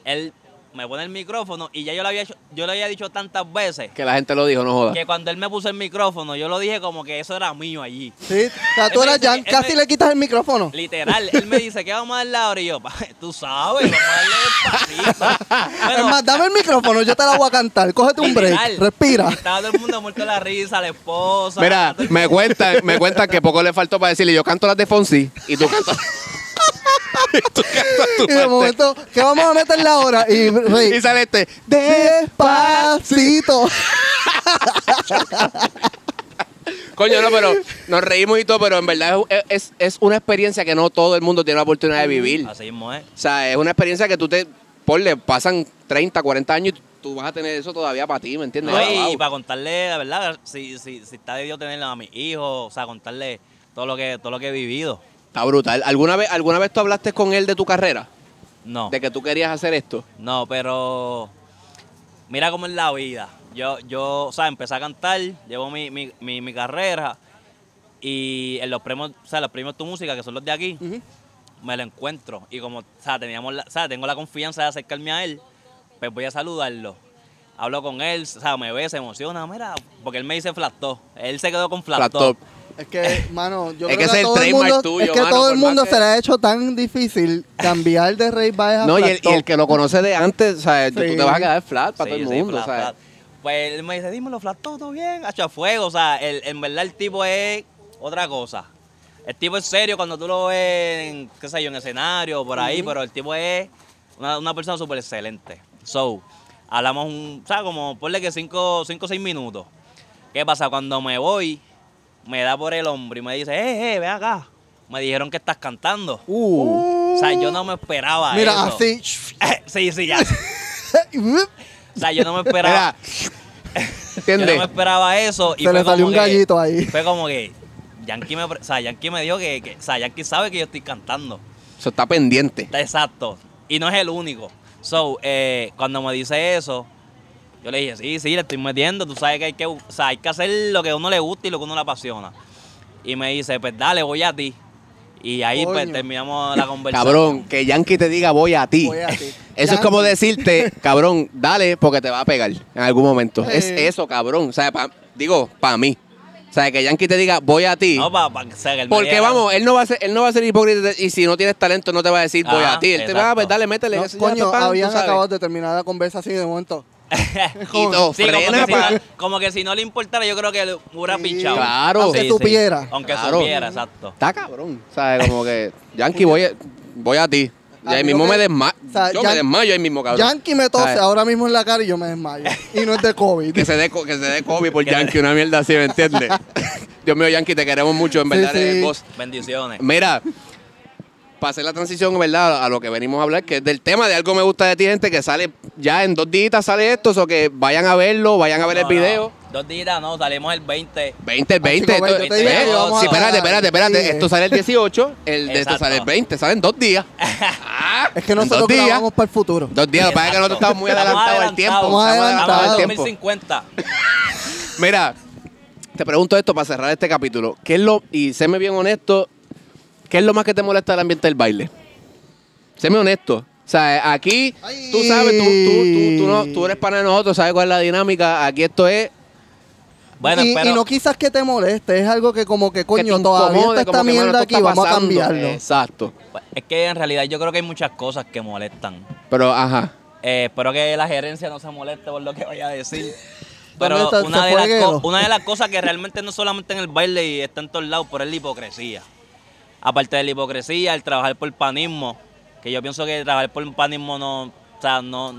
S3: él me pone el micrófono y ya yo lo había, hecho- yo lo había dicho tantas veces
S1: que la gente lo dijo, no joda.
S3: que cuando él me puso el micrófono yo lo dije como que eso era mío allí.
S2: Sí, o sea,
S1: Este,
S2: tú
S3: Ese-
S2: eras
S3: ese-
S2: Jan,
S3: ese-
S2: casi le quitas el micrófono.
S3: Literal, él me dice, ¿qué vamos a darle ahora? Y yo, "Pa, tú sabes, vamos
S1: [LAUGHS]
S3: a darle despacito.
S2: es
S3: Bueno,
S2: más, dame el micrófono, yo te la voy a cantar. Cógete un
S3: literal,
S2: break, respira.
S3: Estaba todo el mundo muerto de la risa, la esposa.
S1: Mira,
S3: todo el
S1: me cuentan, me cuentan que poco le faltó para decirle, yo canto las de Fonsi y tú cantas. [LAUGHS] y tú cantas tu
S2: Y de
S1: parte.
S2: momento, ¿qué vamos a meterle ahora? Y,
S1: Y
S2: rey,
S1: sale este.
S2: despacito.
S1: Coño, no, pero nos reímos y todo, pero en verdad es, es- es una experiencia que no todo el mundo tiene la oportunidad de vivir. O
S3: Así mismo es.
S1: sea, es una experiencia que tú te, ponle, pasan 30, 40 años y tú vas a tener eso todavía para ti, ¿me entiendes?
S3: No, y-
S1: Grabado.
S3: y para contarle, la verdad, si, si, si está de Dios tenerlo a mis hijos, o sea, contarle todo lo que, todo lo que he vivido.
S1: Está brutal. ¿Alguna vez, ¿Alguna vez tú hablaste con él de tu carrera?
S3: No,
S1: De que tú querías hacer esto.
S3: no, pero mira cómo es la vida. Yo, yo, o sea, empecé a cantar, llevo mi, mi, mi, mi carrera y en los premios, o sea, los premios Tu Música, que son los de aquí, me lo encuentro. Y como, o sea, teníamos la- o sea, tengo la confianza de acercarme a él, pues voy a saludarlo. Hablo con él, o sea, me ve, se emociona, mira, porque él me dice flat top. Él se quedó con flat,
S1: Flat top.
S3: top.
S2: Es que, mano, yo
S1: Es que
S2: creo que,
S1: ese es el
S2: a todo el
S1: trademark
S2: mundo,
S1: tuyo,
S2: es que a
S1: mano,
S2: todo
S1: por
S2: el mundo
S1: más
S2: se le ha hecho tan difícil cambiar de Rey Baez a
S1: No, y el,
S2: Flat
S1: y el
S2: Top.
S1: que lo conoce de antes, o sea, tú
S2: Sí.
S1: te vas a quedar flat para
S3: Sí,
S1: todo el
S3: sí,
S1: mundo,
S3: flat,
S1: o sea.
S3: flat. Pues él me dice, dímelo, flat, todo todo bien, hacha fuego. O sea, el- en verdad el tipo es otra cosa. El tipo es serio cuando tú lo ves, en, qué sé yo, en escenario o por ahí, pero el tipo es una, una persona súper excelente. So, hablamos un, o sea, como ponle que 5 o 6 minutos. ¿Qué pasa? Cuando me voy, me da por el hombro y me dice, eh, eh, ven acá. Me dijeron que estás cantando.
S1: Uh.
S3: O sea, yo no me
S1: Ah,
S3: esperaba
S2: Mira,
S3: eso.
S2: así.
S3: [LAUGHS] sí, sí, ya. O sea, yo
S1: [LAUGHS]
S3: no me esperaba.
S1: Mira.
S3: Yo no
S1: ¿Entiendes?
S3: me esperaba eso.
S2: Se
S3: Y fue
S2: le salió
S3: como
S2: un
S3: que-
S2: gallito ahí.
S3: Fue como que Yankee me, pre- o sea, Yankee me dio que, que- O sea, Yankee sabe que yo estoy cantando.
S1: Eso está pendiente.
S3: Está exacto. Y no es el único. So, eh, cuando me dice eso, yo le dije, sí, sí, le estoy metiendo. Tú sabes que hay que, bu- o sea, hay que hacer lo que a uno le gusta y lo que a uno le apasiona. Y me dice, pues dale, voy a ti. Y ahí pues
S2: Coño.
S3: terminamos la conversación.
S1: Cabrón, que Yankee te diga voy a ti.
S2: Voy a ti.
S1: [LAUGHS] Eso es como
S2: Yankee.
S1: decirte, cabrón, dale porque te va a pegar en algún momento. Es
S2: Eh.
S1: eso, cabrón. O sea, pa- digo, para mí. O sea, que Yankee te diga voy a ti.
S3: No, pa- pa- o sea, que él me
S1: porque
S3: diga-
S1: vamos, él no va a ser, él no va a ser hipócrita y si no tienes talento no te va a decir voy
S3: Ajá,
S1: a ti. Él te va a
S3: Ah, exacto.
S1: pues dale, métele.
S2: No,
S1: eso ya,
S2: coño,
S1: papá, tú
S2: habían
S1: sabes".
S2: acabado de terminar la conversación y de momento.
S1: Y todo
S3: Sí, como,
S1: frena
S3: que si
S1: pa-
S3: no, como que si no le importara, yo creo que le hubiera
S2: Sí.
S3: pinchado.
S1: Claro.
S2: Aunque supiera.
S3: Aunque
S1: Claro.
S3: supiera, exacto.
S1: Está cabrón. O sea, como
S2: [LAUGHS]
S1: que, Yankee, voy, a- voy a ti. Y
S2: A
S1: ahí
S2: mí
S1: mismo
S2: lo que-
S1: me desmayo.
S2: o sea,
S1: yo
S2: Yan-
S1: me desmayo ahí mismo, cabrón.
S2: Yankee me tose
S1: ¿Sabes?
S2: ahora mismo en la cara y yo me desmayo. Y no es
S1: [LAUGHS]
S2: de COVID.
S1: Que se dé co- que se dé COVID
S2: [LAUGHS]
S1: por Yankee, una mierda así, ¿me entiendes? Dios mío, Yankee, te queremos mucho, en
S2: Sí,
S1: verdad,
S2: sí.
S1: eres el boss.
S3: Bendiciones.
S1: Mira, para hacer la transición, ¿verdad? A lo que venimos a hablar, que es del tema de algo me gusta de ti, gente, que sale ya en dos días sale esto, o so que vayan a verlo, vayan a ver
S3: No,
S1: el video.
S3: no, Dos días, no, salimos el 20.
S1: 20, el
S2: Ah,
S1: 20.
S2: chico,
S1: esto-
S2: ven, yo
S3: te dije
S1: ¿ves?
S3: que vamos
S1: Sí,
S3: a
S1: espérate,
S2: hablar.
S1: espérate, espérate.
S2: Sí.
S1: Esto sale el 18, el de esto
S3: Exacto.
S1: sale el 20, sale en dos días. Ah,
S2: [LAUGHS] Es que
S1: en
S2: nosotros
S1: dos días.
S2: grabamos para el futuro.
S1: Dos días, lo que pasa es que nosotros estamos muy adelantados al tiempo.
S2: Estamos adelantados.
S1: al
S3: Estamos en
S1: tiempo.
S3: 2050.
S1: Mira, te pregunto esto para cerrar este capítulo. ¿Qué es lo, y séme bien honesto, qué es lo más que te molesta del ambiente del baile? Séme honesto. O sea, aquí,
S2: Ay.
S1: tú sabes, tú, tú, tú, tú no- tú eres pana de nosotros, sabes cuál es la dinámica. Aquí esto es
S3: Bueno,
S2: y, y
S3: espero.
S2: no quizás que te moleste, es algo que como que
S1: que te
S2: coño,
S1: incomode,
S2: todavía está
S1: como
S2: esta
S1: que, mano,
S2: mierda
S1: esto
S2: aquí,
S1: está
S2: vamos a
S1: pasando.
S2: cambiarlo.
S1: Exacto.
S3: Es que en realidad yo creo que hay muchas cosas que molestan.
S1: Pero, ajá.
S3: Eh, espero que la gerencia no se moleste por lo que vaya a decir.
S2: ¿Dónde
S3: Pero
S2: está?
S3: una
S2: ¿Se
S3: de,
S2: fue
S3: las
S2: Guero?
S3: co- una de las cosas que realmente no solamente en el baile y está en todos lados, pero es la hipocresía. Aparte de la hipocresía, el trabajar por panismo, que yo pienso que trabajar por panismo no, o sea, no,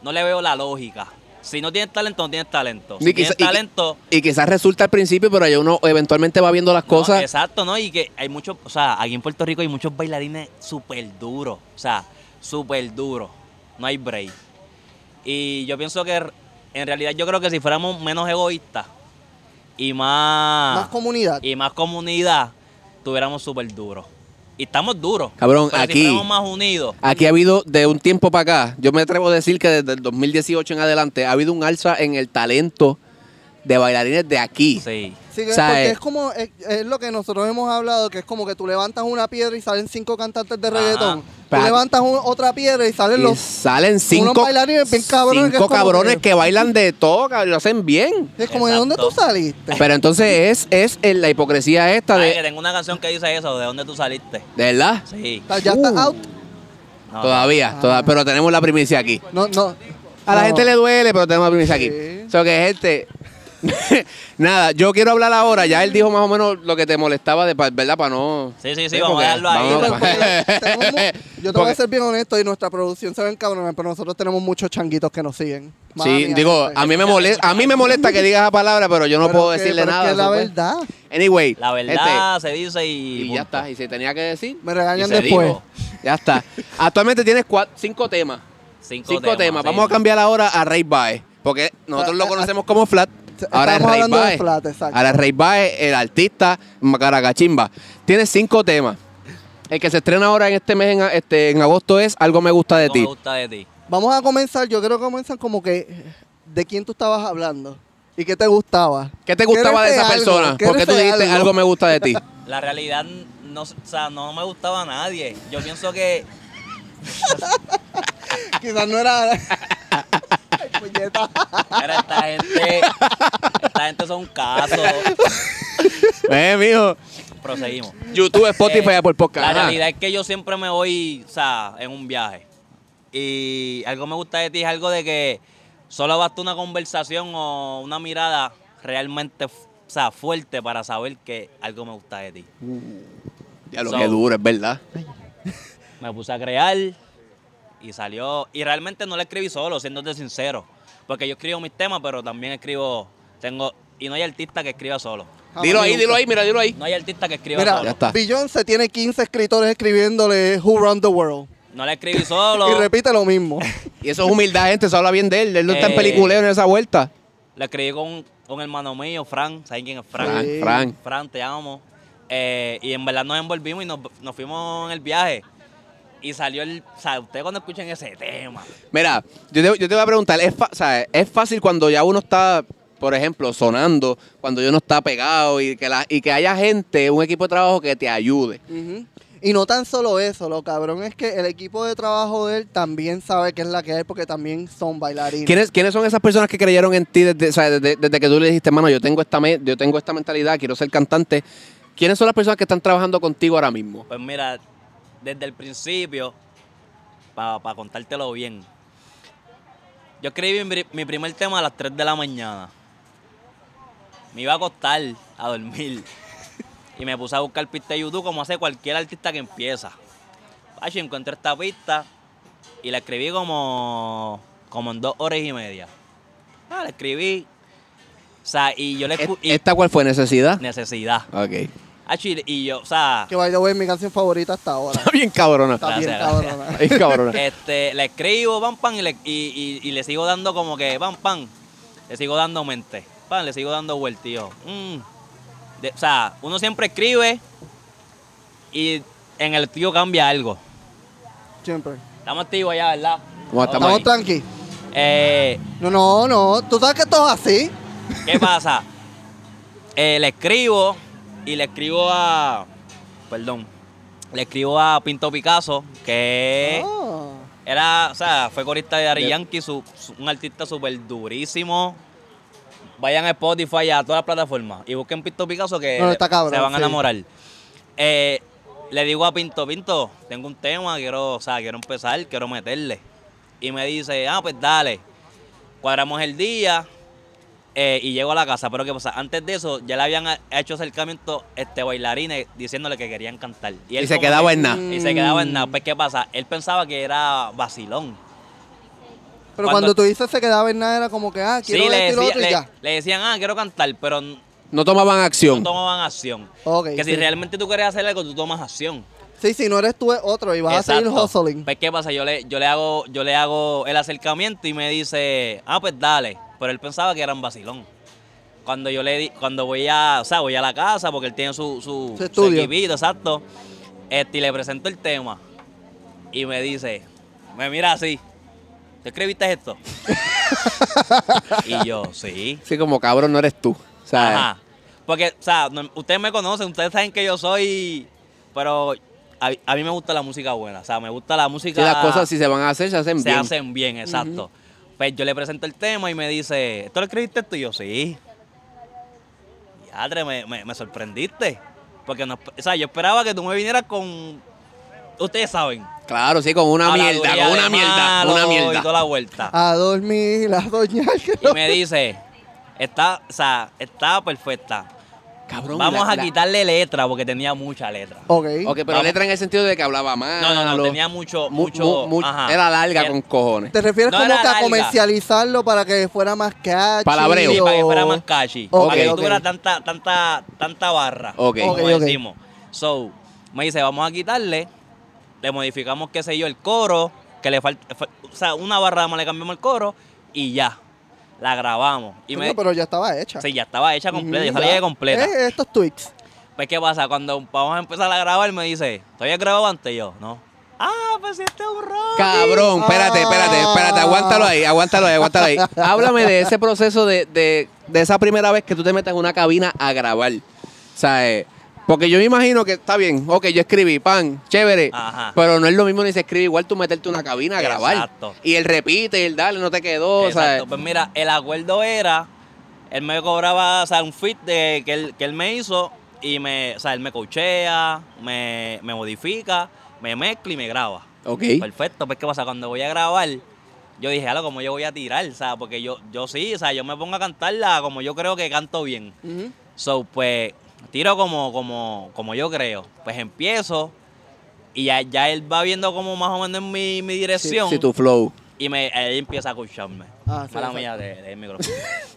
S3: no le veo la lógica. Si no tienes talento, no tienes talento. Si
S1: Y quizá-
S3: tienes
S1: y-
S3: talento,
S1: Y quizás resulta al principio, pero ya uno eventualmente va viendo las
S3: no,
S1: cosas.
S3: exacto, ¿no? Y que hay muchos, o sea, aquí en Puerto Rico hay muchos bailarines súper duros, o sea, súper duros. No hay break. Y yo pienso que r- en realidad yo creo que si fuéramos menos egoístas y más,
S1: Ah.
S2: Más comunidad.
S3: y más comunidad, tuviéramos súper duros. Y estamos duros.
S1: Cabrón,
S3: pero
S1: aquí-
S3: Si fuéramos más unidos.
S1: Aquí ha habido, de un tiempo para acá, yo me atrevo a decir que desde el 2018 en adelante, ha habido un alza en el talento de bailarines de aquí.
S3: Sí.
S2: Sí, que-
S1: O sea,
S2: porque
S1: eh,
S2: es como, es, es lo que nosotros hemos hablado, que es como que tú levantas una piedra y salen cinco cantantes
S1: Ah,
S2: de
S3: Ajá.
S2: reggaetón. Tú
S1: Pa-
S2: levantas un- otra piedra y salen
S1: Y
S2: los...
S1: salen cinco,
S2: bailarines bien cabrones que
S1: cinco
S2: es como
S1: cabrones
S2: que-
S1: que bailan de todo, cabrón, y lo hacen bien.
S2: Es como, ¿de
S3: Exacto.
S2: dónde tú saliste?
S1: Pero entonces es, es el- la hipocresía esta
S3: Ay, que
S1: de...
S3: tengo una canción que dice eso, ¿de dónde tú saliste?
S1: ¿De verdad?
S3: Sí.
S2: O sea, ya está
S1: Uh.
S2: out.
S3: no,
S1: Todavía, toda- pero tenemos la primicia aquí.
S2: No, no.
S1: A la
S2: No. [LAUGHS]
S1: gente le duele, pero tenemos la primicia aquí.
S2: Sí.
S1: O sea que gente... [LAUGHS] Nada, yo quiero hablar ahora. Ya él dijo más o menos lo que te molestaba, de pa- ¿verdad? Para no...
S3: Sí, sí, sí,
S1: Sí,
S3: vamos
S1: porque
S3: a dejarlo ahí.
S1: vamos-
S2: Pero,
S3: porque-
S2: porque tenemos mu- yo te voy
S1: pues. Porque-
S2: a ser bien honesto y nuestra producción se ven cabrones, pero nosotros tenemos muchos changuitos que nos siguen. Mala
S1: Sí,
S2: mía,
S1: digo,
S2: gente.
S1: a mí, me molesta, a mí me molesta que digas esa palabra, pero yo no
S2: Pero
S1: puedo
S2: es que-
S1: decirle
S2: pero
S1: nada.
S2: Es que la
S1: eso fue.
S2: verdad.
S1: Anyway,
S3: La
S1: gente,
S3: verdad se dice y.
S1: Y ya
S3: punto.
S1: está. Y se tenía que decir.
S2: Me regañan
S3: Y se
S2: después.
S3: dijo.
S1: Ya está. Actualmente tienes cua- cinco temas.
S3: Cinco,
S1: Cinco temas.
S3: sí.
S1: Vamos a cambiar ahora a Ray Baez. Porque nosotros
S2: Ah,
S1: lo
S2: ah,
S1: conocemos como Flat.
S2: Estamos
S1: Ahora es Ray
S2: hablando de
S1: Baez.
S2: Flat, exacto.
S1: Ahora es Ray Baez, el artista Macaracachimba. Tienes cinco temas. El que se estrena ahora en este mes, en, a- este, en agosto, es Algo me gusta de
S3: Algo me
S1: ti.
S3: gusta de ti.
S2: Vamos a comenzar, yo creo que comienzan como que de quién tú estabas hablando y qué te gustaba.
S1: ¿Qué te gustaba de
S2: eres
S1: esa
S2: algo?
S1: persona?
S2: ¿Qué
S1: ¿Por qué
S2: eres
S1: tú dijiste algo? me gusta de ti?
S2: [LAUGHS]
S3: La realidad, no, o sea, no me gustaba a nadie. Yo pienso que.
S2: Quizás
S1: [LAUGHS]
S2: no era. Ay, puñeta.
S3: Era esta gente. Esta gente son un caso.
S1: eh, mijo.
S3: Proseguimos.
S1: YouTube, Spotify,
S3: Eh,
S1: Apple Podcast.
S3: La
S1: Ajá.
S3: realidad es que yo siempre me voy, o sea, en un viaje. Y algo me gusta de ti es algo de que solo basta una conversación o una mirada realmente o sea, fuerte para saber que algo me gusta de ti.
S1: Ya lo
S3: So-
S1: que duro, es verdad.
S3: Me puse a crear y salió. Y realmente no la escribí solo, siéndote sincero. Porque yo escribo mis temas, pero también escribo. Tengo. Y no hay artista que escriba solo.
S1: Dilo ahí, dilo ahí, mira, dilo ahí.
S3: No hay artista que escriba
S2: Mira,
S1: Ya
S3: solo.
S1: está.
S2: Beyoncé tiene 15 escritores escribiéndole Who Run the World.
S3: No la
S2: [LAUGHS]
S3: escribí solo.
S2: Y repite lo mismo.
S1: Y eso es humildad, gente. Se habla bien de él. Él no está en
S3: Eh.
S1: peliculeo en esa vuelta.
S3: La escribí con un hermano mío, Fran. ¿Saben quién es Fran?
S1: Fran,
S2: Sí.
S1: Fran.
S3: Fran, te amo. Eh, y en verdad nos envolvimos y nos, nos fuimos en el viaje. Y salió el. O sea, ustedes cuando escuchen ese tema.
S1: Mira, yo te, yo te voy a preguntar, es, fa- o sea, es fácil cuando ya uno está, por ejemplo, sonando, cuando ya uno está pegado y que, la, y que haya gente, un equipo de trabajo que te ayude.
S2: Ujú. Y no tan solo eso, lo cabrón es que el equipo de trabajo de él también sabe que es la que hay porque también son bailarines.
S1: ¿Quiénes, ¿Quiénes son esas personas que creyeron en ti desde, o sea, desde, desde que tú le dijiste, mano, yo tengo, esta me- yo tengo esta mentalidad, quiero ser cantante? ¿Quiénes son las personas que están trabajando contigo ahora mismo?
S3: Pues mira, desde el principio, para contártelo bien, Yo escribí mi, mi primer tema a las 3 de la mañana. Me iba a acostar a dormir. [LAUGHS] Y me puse a buscar pista de YouTube como hace cualquier artista que empieza. Pacho, encontré esta pista y la escribí como, como en dos horas y media. Ah, la escribí. O sea, y yo le
S1: ¿E-
S3: escu- y-
S1: ¿Esta cuál fue? ¿Necesidad?
S3: Necesidad.
S1: Ok. [LAUGHS]
S3: Hacho, y- y yo, o sea,
S2: Que by the way, mi canción favorita
S1: [LAUGHS]
S2: hasta ahora.
S1: Está bien cabrona.
S2: Está bien,
S3: Gracias, gracias.
S2: cabrona.
S1: Está bien cabrona.
S3: este, le escribo, pam, pam, y le, y, y- y le sigo dando como que, pam, pam, le sigo dando mente, pam, le sigo dando vueltillo. Mm. De- o sea, uno siempre escribe y en el tío cambia algo.
S2: Siempre.
S3: Estamos activos ya, ¿verdad?
S1: Vamos, estamos
S2: Estamos
S1: ahí.
S3: Ok.
S2: tranqui.
S3: Eh,
S2: No, no, no. Tú sabes que esto es así.
S3: ¿Qué pasa? Eh, le escribo y le escribo a. Perdón. Le escribo a Pinto Picasso, que
S2: Ah.
S3: Era, o sea, fue corista de Ari
S1: De-
S3: Yankee, su- su- un artista súper durísimo. Vayan a Spotify, a todas las plataformas y busquen Pinto Picasso que
S2: No, no, está cabrón,
S3: se van a
S2: sí.
S3: enamorar. Eh, le digo a Pinto, Pinto, tengo un tema, quiero, o sea, quiero empezar, quiero meterle. Y me dice, ah, pues dale. Cuadramos el día eh, y llego a la casa. Pero qué pasa, antes de eso ya le habían a- hecho acercamiento este, bailarines diciéndole que querían cantar.
S1: Y
S3: él
S1: se
S3: como
S1: quedaba
S3: que-
S1: en nada.
S3: y se quedaba en nada. Pues, ¿qué pasa? Él pensaba que era vacilón.
S2: Pero
S3: Cuando-
S2: cuando tú dices se quedaba en nada, era como que, ah, quiero
S3: sí, le,
S2: esto y lo
S3: decía-
S2: otro y
S3: le-
S2: ya.
S3: le decían, ah, quiero cantar, pero n-
S1: No tomaban
S3: no
S1: acción.
S3: tomaban acción.
S2: Ok.
S3: que si
S2: sí.
S3: realmente tú quieres hacer algo, tú tomas acción.
S2: Sí, si no eres tú, es otro. Y vas a seguir
S3: Exacto.
S2: hustling.
S3: Pues, ¿qué pasa? Yo le, yo, le hago, yo le hago el acercamiento y me dice, ah, pues dale. Pero él pensaba que era un vacilón. Cuando yo le di, cuando voy a, o sea, voy a la casa, porque él tiene su, su,
S2: Su estudio.
S3: equipito, exacto. Este, y le presento el tema. Y me dice, me mira así. ¿Tú escribiste esto?
S2: [LAUGHS]
S3: y yo, sí.
S1: Sí, como cabrón no eres tú. O sea,
S3: Ajá. Porque, o sea, no- ustedes me conocen, ustedes saben que yo soy. Pero a, a mí me gusta la música buena. O sea, me gusta la música.
S1: si las cosas si se van a hacer, se hacen
S3: Ah. se
S1: bien.
S3: hacen bien, exacto. Pues yo le presento el tema y me dice, ¿esto lo escribiste tú? Y yo, sí. Yadre, me, me, me sorprendiste. Porque no, esp- o sea, yo esperaba que tú me vinieras con. Ustedes saben.
S1: Claro, sí, como una mierda,
S3: habladuría
S1: como una
S3: de
S1: mierda,
S3: malo
S1: una
S3: Y toda
S1: mierda.
S3: la vuelta.
S2: A dormir, a soñar. que [LAUGHS]
S3: Y me dice, está, o sea, está perfecta.
S1: Cabrón,
S3: Vamos
S1: la-
S3: a
S1: la-
S3: quitarle letra porque tenía mucha letra.
S2: Ok.
S1: Ok, pero
S3: Vamos.
S1: letra en el sentido de que hablaba mal.
S3: No, no, no, tenía mucho,
S1: Ah, Mu-
S3: mucho.
S1: mu- mu-
S3: ajá. Eh,
S1: Era larga
S3: Era-
S1: con cojones.
S2: ¿Te refieres
S3: No
S2: como
S3: era
S2: que a
S3: larga.
S2: comercializarlo para que fuera más catchy?
S1: Palabreo.
S3: Sí, para que
S2: o-
S3: fuera más catchy.
S2: Ok,
S3: para que no
S2: ok.
S3: tuviera tanta, tanta, tanta barra.
S1: Ok.
S3: Como
S2: Ok, ok.
S3: decimos. So, me dice, vamos a quitarle. Le modificamos, qué sé yo, el coro. Que le falta. fa- O sea, una barra más le cambiamos el coro y ya. La grabamos. Y
S2: Coño,
S3: me.
S2: Pero ya estaba hecha.
S3: Sí, ya estaba hecha completa, ya salía
S2: Ujú,
S3: de completa.
S2: Eh, estos tweaks.
S3: Pues, ¿qué pasa? Cuando vamos a empezar a grabar, me dice, ¿tú habías grabado antes? Y yo, no. Ah, pues si este es un rock.
S1: Cabrón, espérate, espérate, espérate, aguántalo ahí, aguántalo ahí, aguántalo ahí. Háblame de ese proceso de, de, de esa primera vez que tú te metes en una cabina a grabar. O sea, eh, porque yo me imagino que está bien, ok, yo escribí, pan, chévere,
S3: Ajá.
S1: pero no es lo mismo ni se escribe igual tú meterte en una cabina a grabar.
S3: Exacto.
S1: Y él repite, y él dale, no te quedó, o sea,
S3: Exacto. Pues mira, el acuerdo era, él me cobraba, o sea, un fit de, que, él, que él me hizo y me, o sea, él me cochea, me, me modifica, me mezcla y me graba.
S1: ok.
S3: Perfecto, pues qué pasa, cuando voy a grabar, yo dije, algo como yo voy a tirar, o sea, porque yo, yo sí, o sea, yo me pongo a cantarla como yo creo que canto bien.
S2: Ujú.
S3: So, pues, tiro como, como, como yo creo. Pues empiezo y ya, ya él va viendo como más o menos mi, mi
S1: Si,
S3: dirección.
S1: si tu flow.
S3: Y me, él empieza a escucharme.
S2: Ah, sí,
S3: Mala
S2: exacto.
S3: mía de-
S1: [LAUGHS]
S3: del micrófono.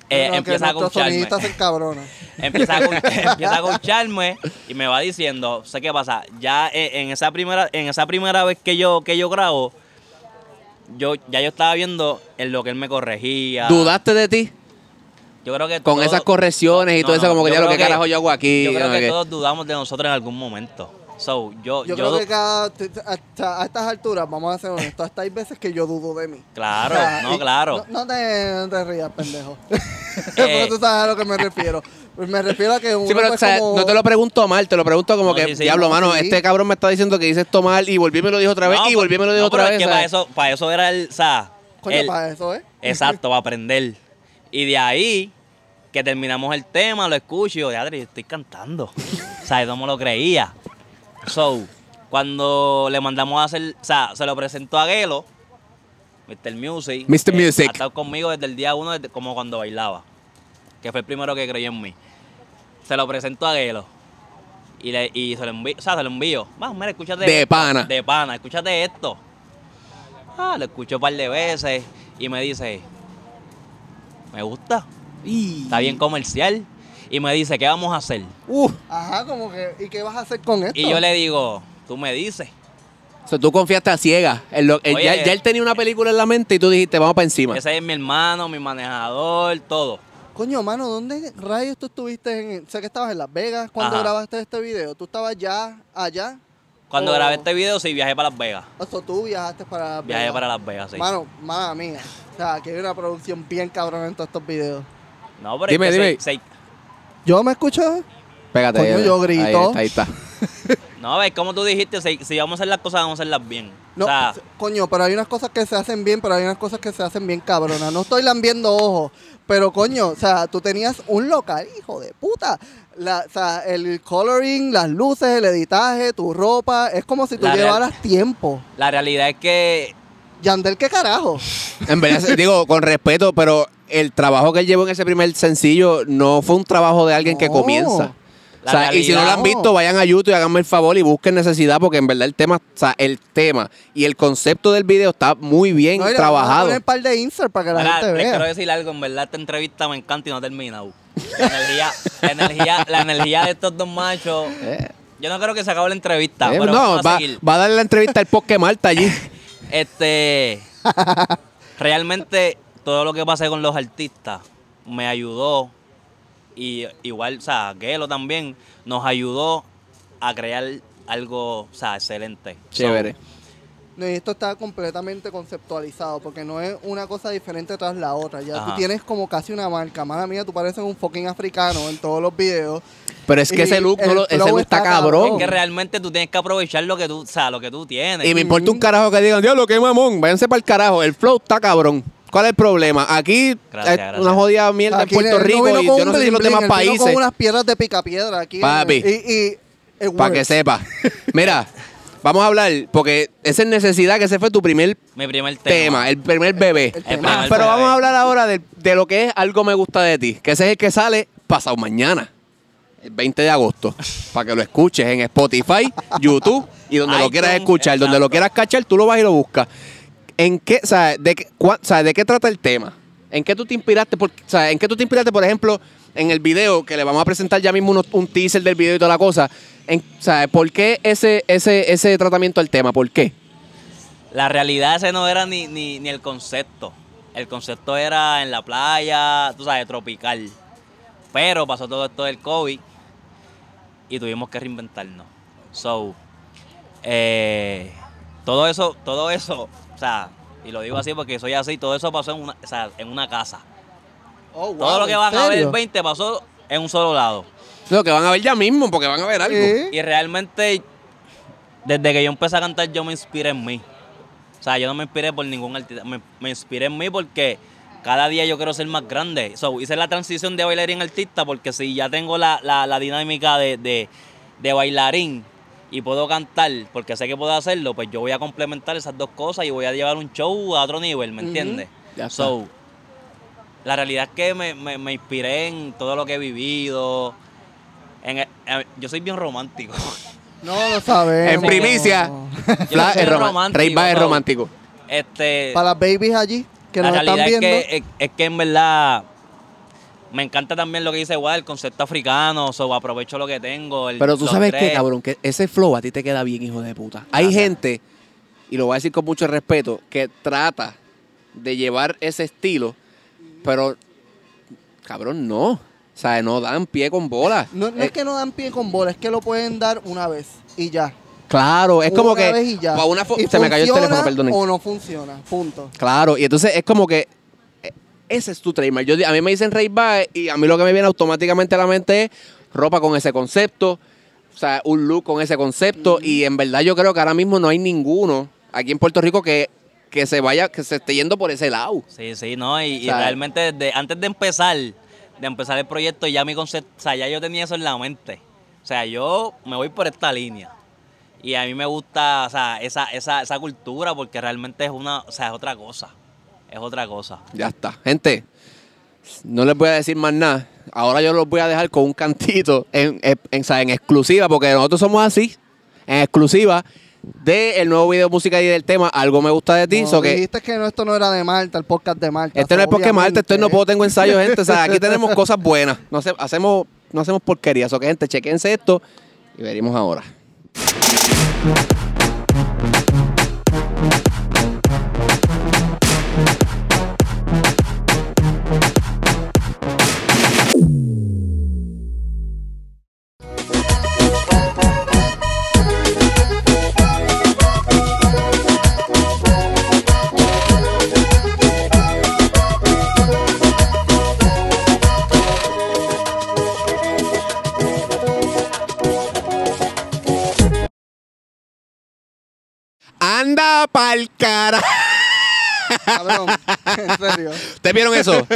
S3: Eh,
S2: No, que
S3: empieza a
S2: nuestros
S3: escucharme.
S2: sonidistas son cabrones.
S3: [LAUGHS] Empieza
S1: [LAUGHS]
S3: a, escuch- empieza a escucharme y me va diciendo, sé qué pasa, ya eh, en esa primera, en esa primera vez que yo, que yo grabo, yo, ya yo estaba viendo en lo que él me corregía.
S1: ¿Dudaste de ti?
S3: Yo creo que
S1: Con
S3: todos-
S1: esas correcciones y
S3: No,
S1: todo eso,
S3: no,
S1: como que
S3: yo
S1: ya lo que
S3: creo que-
S1: carajo yo hago aquí.
S3: Yo creo
S1: no sé
S3: que
S1: qué.
S3: todos dudamos de nosotros en algún momento. So,
S2: Yo,
S3: yo, yo,
S2: creo que cada, t- t- hasta- a estas alturas, vamos a ser honestos, hasta hay veces que yo dudo de mí.
S3: Claro,
S2: O sea,
S3: no,
S2: y-
S3: claro. Eh.
S2: No, no te, no te rías, pendejo. [LAUGHS] Porque tú sabes a lo que me refiero. Pues Me refiero a que uno
S1: Sí, pero
S2: pues,
S1: o sea,
S2: como-
S1: no te lo pregunto mal, te lo pregunto como
S3: No,
S1: que,
S3: sí, sí,
S1: diablo,
S2: no,
S1: mano,
S2: sí.
S1: este cabrón me está diciendo que dices esto mal y volví y me lo dijo otra vez
S3: No, pues,
S1: y volví y me lo dijo
S3: no,
S1: otra
S3: pero es
S1: vez.
S3: que para
S1: ¿sabes?
S3: eso, para eso era el, o sea,
S2: Coño,
S3: el-
S2: para eso, ¿eh?
S3: Exacto, va a aprender. Y de ahí que terminamos el tema, lo escucho y yo, "Diadre, yo estoy cantando. o sea, yo no me lo creía. So, cuando le mandamos a hacer, o sea, se lo presentó a Gelo, Mr. Music.
S1: Mr.
S3: que
S1: Music.
S3: Ha estado conmigo desde el día uno, desde- como cuando bailaba. Que fue el primero que creyó en mí. Se lo presento a Gelo. Y, le, y se lo envío. O sea, se lo envío. Vamos, mira, escúchate.
S1: De
S3: esto,
S1: pana.
S3: De pana, escúchate esto. Ah, lo escuché un par de veces. Y me dice, me gusta. Está bien comercial. Y me dice, ¿qué vamos a hacer?
S1: Uh,
S2: Ajá, como que, ¿y qué vas a hacer con esto?
S3: Y yo le digo, tú me dices.
S1: o sea, tú confiaste a ciega. En lo- en-
S3: Oye.
S1: ya, ya él tenía una película en la mente y tú dijiste, vamos para encima.
S3: Ese es mi hermano, mi manejador, todo.
S2: Coño, mano, ¿dónde rayos tú estuviste? En, sé que estabas en Las Vegas cuando
S3: Ajá.
S2: grabaste este video. ¿Tú estabas ya allá?
S3: Cuando
S2: Oh.
S3: grabé este video, sí, viajé para Las Vegas.
S2: O sea, tú viajaste para Las
S3: Viajé
S2: Vegas.
S3: para Las Vegas, sí.
S2: Mano, mala mía. O sea, que hay una producción bien cabrón en todos estos videos.
S3: No, pero
S1: Dime,
S3: es que
S1: dime.
S3: se- se-
S2: ¿Yo me escucho?
S1: Pégate.
S2: Coño,
S1: ahí,
S2: yo
S1: ahí
S2: grito.
S1: está, Ahí está.
S3: no, a ver, como tú dijiste, se- si vamos a hacer las cosas, vamos a hacerlas bien.
S2: No,
S3: o sea,
S2: coño, pero hay unas cosas que se hacen bien, pero hay unas cosas que se hacen bien cabronas. No estoy lambiendo ojos, pero coño, o sea, tú tenías un local, hijo de puta. La- o sea, el coloring, las luces, el editaje, tu ropa, es como si tú
S3: La real-
S2: llevaras tiempo.
S3: la realidad es que
S2: Yandel, ¿qué carajo?
S1: En verdad, digo, con respeto, pero el trabajo que él llevó en ese primer sencillo no fue un trabajo de alguien que
S2: No.
S1: comienza. O
S3: La
S1: sea, y si no lo
S3: realidad,
S1: han visto,
S2: no.
S1: vayan a YouTube y háganme el favor y busquen necesidad, porque en verdad el tema, o sea, el tema y el concepto del video está muy bien
S2: No, y le vamos a
S1: trabajado.
S2: poner un par de insert para que la
S3: Mira,
S2: gente
S3: les quiero
S2: vea.
S3: decir algo, en verdad esta entrevista me encanta y no termina. aún. La energía, la energía, la energía de estos dos machos. Yo no creo que se acabe la entrevista,
S1: Eh,
S3: pero
S1: no,
S3: vamos a
S1: va,
S3: seguir.
S1: va a dar la entrevista al Poké Marta
S3: [LAUGHS]
S1: allí. [LAUGHS]
S3: Este, realmente todo lo que pasé con los artistas me ayudó y igual, o sea, Gelo también nos ayudó a crear algo, o sea, excelente.
S1: Chévere.
S2: No, y esto está completamente conceptualizado, porque no es una cosa diferente tras la otra. Ya tú
S3: Ajá.
S2: tienes como casi una marca. Mala mía, tú pareces un fucking africano en todos los videos.
S1: Pero es que
S2: Y
S1: ese look, no
S2: el
S1: lo- ese
S2: flow
S1: look está
S2: está
S1: cabrón.
S2: cabrón.
S3: So, que realmente tú tienes que aprovechar lo que tú, o sea, lo que tú tienes.
S1: Oh. [LAUGHS] Y me importa un carajo que digan, diablo, qué mamón, váyanse para el carajo. El flow está cabrón. ¿Cuál es el problema? Aquí
S3: Gracias,
S1: es
S3: gracias.
S1: una jodida mierda
S2: Aquí
S1: en Puerto
S2: él
S1: Rico
S2: vino
S1: y
S2: con
S1: yo
S2: un
S1: no sé si
S2: bling
S1: los
S2: bling,
S1: demás
S2: él vino
S1: países.
S2: con unas piedras de picapiedra aquí.
S1: Papi.
S2: Y, y, it
S1: Para que
S2: works.
S1: sepa.
S2: [LAUGHS]
S1: Mira, vamos a hablar, porque esa es necesidad que ese fue tu primer
S3: Mi primer tema.
S1: tema, el primer bebé.
S2: el
S1: Ah,
S2: tema.
S1: Pero vamos
S3: bebé.
S1: a hablar ahora de, de lo que es Algo Me Gusta de Ti, que ese es el que sale pasado mañana, el 20 de agosto, para que lo escuches en Spotify, YouTube y donde lo quieras
S3: iTunes,
S1: escuchar, donde lo
S3: exacto.
S1: quieras cachar, tú lo vas y lo buscas. ¿En qué, o sea, de, qué- cua- o sea, de qué trata el tema? ¿En qué tú te inspiraste? Por, o sea, ¿En qué tú te inspiraste, por ejemplo, en el video que le vamos a presentar ya mismo unos- un teaser del video y toda la cosa? En, o sea, ¿Por qué ese, ese, ese tratamiento al tema? ¿Por qué?
S3: La realidad ese no era ni, ni, ni el concepto. El concepto era en la playa, tú sabes, tropical. Pero pasó todo esto del COVID y tuvimos que reinventarnos. So, eh, todo eso, todo eso, o sea, y lo digo así porque soy así, todo eso pasó en una, o sea, en una casa.
S2: Oh, wow,
S3: todo lo que
S2: ¿en
S3: van a ver el
S2: serio?
S3: 20 pasó en un solo lado.
S1: Lo que van a ver ya mismo, porque van a ver algo.
S2: Sí.
S3: Y realmente, desde que yo empecé a cantar, yo me inspiré en mí. O sea, yo no me inspiré por ningún artista. Me, me inspiré en mí porque cada día yo quiero ser más grande. So, hice la transición de bailarín a artista porque si ya tengo la, la- la dinámica de, de- de bailarín y puedo cantar porque sé que puedo hacerlo, pues yo voy a complementar esas dos cosas y voy a llevar un show a otro nivel, ¿me
S2: Ujú.
S3: entiendes?
S1: Ya está.
S3: So, la realidad es que me, me- me inspiré en todo lo que he vivido. En- en- yo soy bien romántico. [LAUGHS]
S2: No lo sabemos.
S1: En primicia.
S3: Yo no
S1: Fla-
S3: soy
S1: es roma-
S3: romántico,
S1: Rey Bad es
S3: no.
S1: romántico.
S3: Este,
S2: Para las babies allí que
S3: la
S2: nos están
S3: realidad es
S2: viendo.
S3: que, eh, es, es que en verdad me encanta también lo que dice Wad, el concepto africano, so, aprovecho lo que tengo. el-
S1: Pero tú
S3: los
S1: sabes qué,
S3: tres.
S1: cabrón, que ese flow a ti te queda bien, hijo de puta. Hay
S3: Gracias.
S1: gente, y lo voy a decir con mucho respeto, que trata de llevar ese estilo, pero, cabrón, no. O sea, no dan pie con bola.
S2: no, no es
S1: Eh,
S2: que no dan pie con bola, es que lo pueden dar una vez y ya.
S1: Claro, es como
S2: Una
S1: que...
S2: vez y ya.
S1: pa' una fo-
S2: Y
S1: se me cayó el
S2: funciona
S1: teléfono, perdonen.
S2: O no funciona, punto.
S1: Claro, y entonces es como que eh, ese es tu trademark. Yo, di- a mí me dicen Ray Bae y a mí lo que me viene automáticamente a la mente es ropa con ese concepto, o sea, un look con ese concepto y en verdad yo creo que ahora mismo no hay ninguno aquí en Puerto Rico que, que se vaya, que se esté yendo por ese lado.
S3: Sí, sí, no, y, y
S1: O sea,
S3: realmente desde, antes de empezar, de empezar el proyecto, ya mi concepto, o sea, ya yo tenía eso en la mente. O sea, yo me voy por esta línea. Y a mí me gusta, o sea, esa, esa, esa cultura porque realmente es una, o sea, es otra cosa. Es otra cosa.
S1: Ya está. Gente, no les voy a decir más nada. Ahora yo los voy a dejar con un cantito en, en, en- o sea, en exclusiva, porque nosotros somos así, en exclusiva, del nuevo video de música y del tema Algo me gusta de ti.
S2: Como
S1: so que
S2: dijiste que no, esto no era de Malta, el podcast de Malta.
S1: este no es porque Marta, esto
S2: estoy [LAUGHS]
S1: no puedo, tengo ensayo, gente. O sea, aquí tenemos cosas buenas. No, hace- hacemos, no hacemos porquerías. So que, gente, chequense esto y veremos ahora. Anda pa'l cara.
S2: Cabrón, en serio.
S1: ¿Ustedes vieron eso?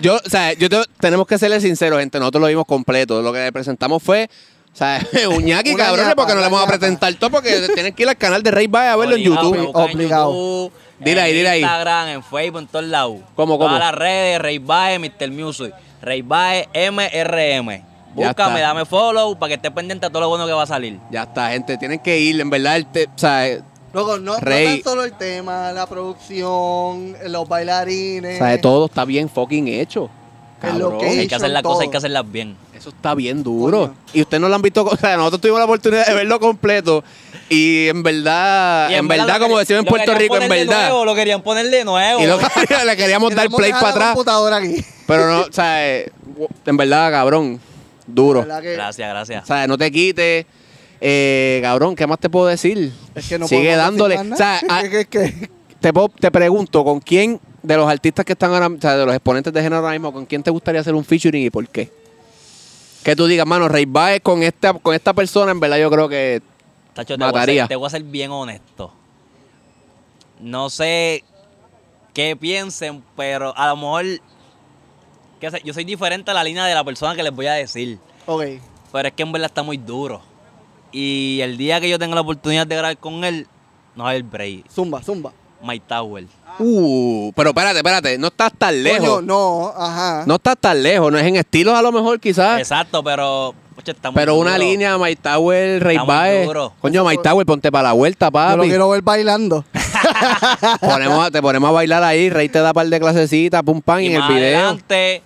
S1: Yo, o sea, yo te- tenemos que serle sinceros, gente. Nosotros lo vimos completo. Lo que le presentamos fue, o sea, [LAUGHS] un ñaqui,
S2: Una
S1: cabrones,
S2: ñapa,
S1: porque no le
S2: una
S1: vamos a
S2: ñapa.
S1: presentar todo, porque tienen que ir al canal de Rey Valle a verlo en
S3: Obligado, me
S1: YouTube.
S3: buscan en
S2: obligado.
S3: YouTube,
S1: Dile
S3: en
S1: ahí, dile ahí.
S3: Instagram, en Facebook, en todos lados.
S1: ¿Cómo, cómo?
S3: Todas las redes, Rey Bae, Mr. Music, Rey Bae, MRM. Búscame,
S1: está.
S3: dame follow para que estés pendiente a todo lo bueno que va a salir.
S1: Ya está, gente. Tienen que ir, en verdad. el te- o sea, eh,
S2: Luego, no, no
S1: Rey.
S2: tan solo el tema, la producción, los
S1: o
S2: bailarines.
S1: sea, de todo está bien fucking hecho.
S2: El
S1: Cabrón.
S2: location.
S3: Hay que hacer las
S2: todo.
S3: cosas, hay que hacerlas bien.
S1: Eso está bien duro.
S2: Coño.
S1: Y ustedes no lo han visto. O sea, nosotros tuvimos la oportunidad de verlo completo. Y en verdad,
S3: Y
S1: en, verdad,
S3: lo
S1: como
S3: quer-
S1: decimos en
S3: lo
S1: Puerto
S3: querían
S1: Rico, en
S3: poner de
S1: verdad.
S3: nuevo, lo querían poner de nuevo.
S1: Y lo que- le queríamos dar
S2: Tenemos
S1: play
S2: que
S1: para
S2: dejar la
S1: atrás.
S2: computadora aquí.
S1: Pero no, o sea, eh, en verdad, cabrón, [LAUGHS] duro.
S2: ¿Verdad que-
S3: Gracias, gracias.
S1: O sea, no te quites. Eh, cabrón, ¿qué más te puedo decir?
S2: Es que no
S1: Sigue
S2: podemos
S1: dándole.
S2: decir
S1: O
S2: más
S1: sea, ah.
S2: nada.
S1: a-
S2: [LAUGHS] Es que- es que-
S1: te, puedo- te pregunto, ¿con quién de los artistas que están ahora, o sea, de los exponentes de género ahora mismo, con quién te gustaría hacer un featuring y por qué? Que tú digas, mano, Rey Baez con esta, con esta persona, en verdad yo creo que
S3: Tacho,
S1: Mataría.
S3: Te, voy a ser, te voy a ser bien honesto. No sé qué piensen, pero a lo mejor. qué sé, yo soy diferente a la línea de la persona que les voy a decir.
S2: ok.
S3: Pero es que en verdad está muy duro. Y el día que yo tenga la oportunidad de grabar con él, no hay el break.
S2: Zumba, zumba.
S3: My Tower.
S1: Uh, pero espérate, espérate, no estás tan lejos.
S2: Coño, no, ajá.
S1: No estás tan lejos, no es en estilos a lo mejor quizás.
S3: Exacto, pero. Poche, está muy
S1: Ah. Pero una
S3: duro.
S1: línea, My Tower, Rey
S3: Está muy
S1: Baez.
S3: duro.
S1: Coño, My Tower, ponte para la vuelta,
S2: Yo lo
S1: papi. [LAUGHS]
S2: quiero ver bailando.
S1: Ponemos a- te ponemos a bailar ahí, Rey te da par de clasecitas, pum, pam, y
S3: Y
S1: en el
S3: más
S1: video.
S3: adelante,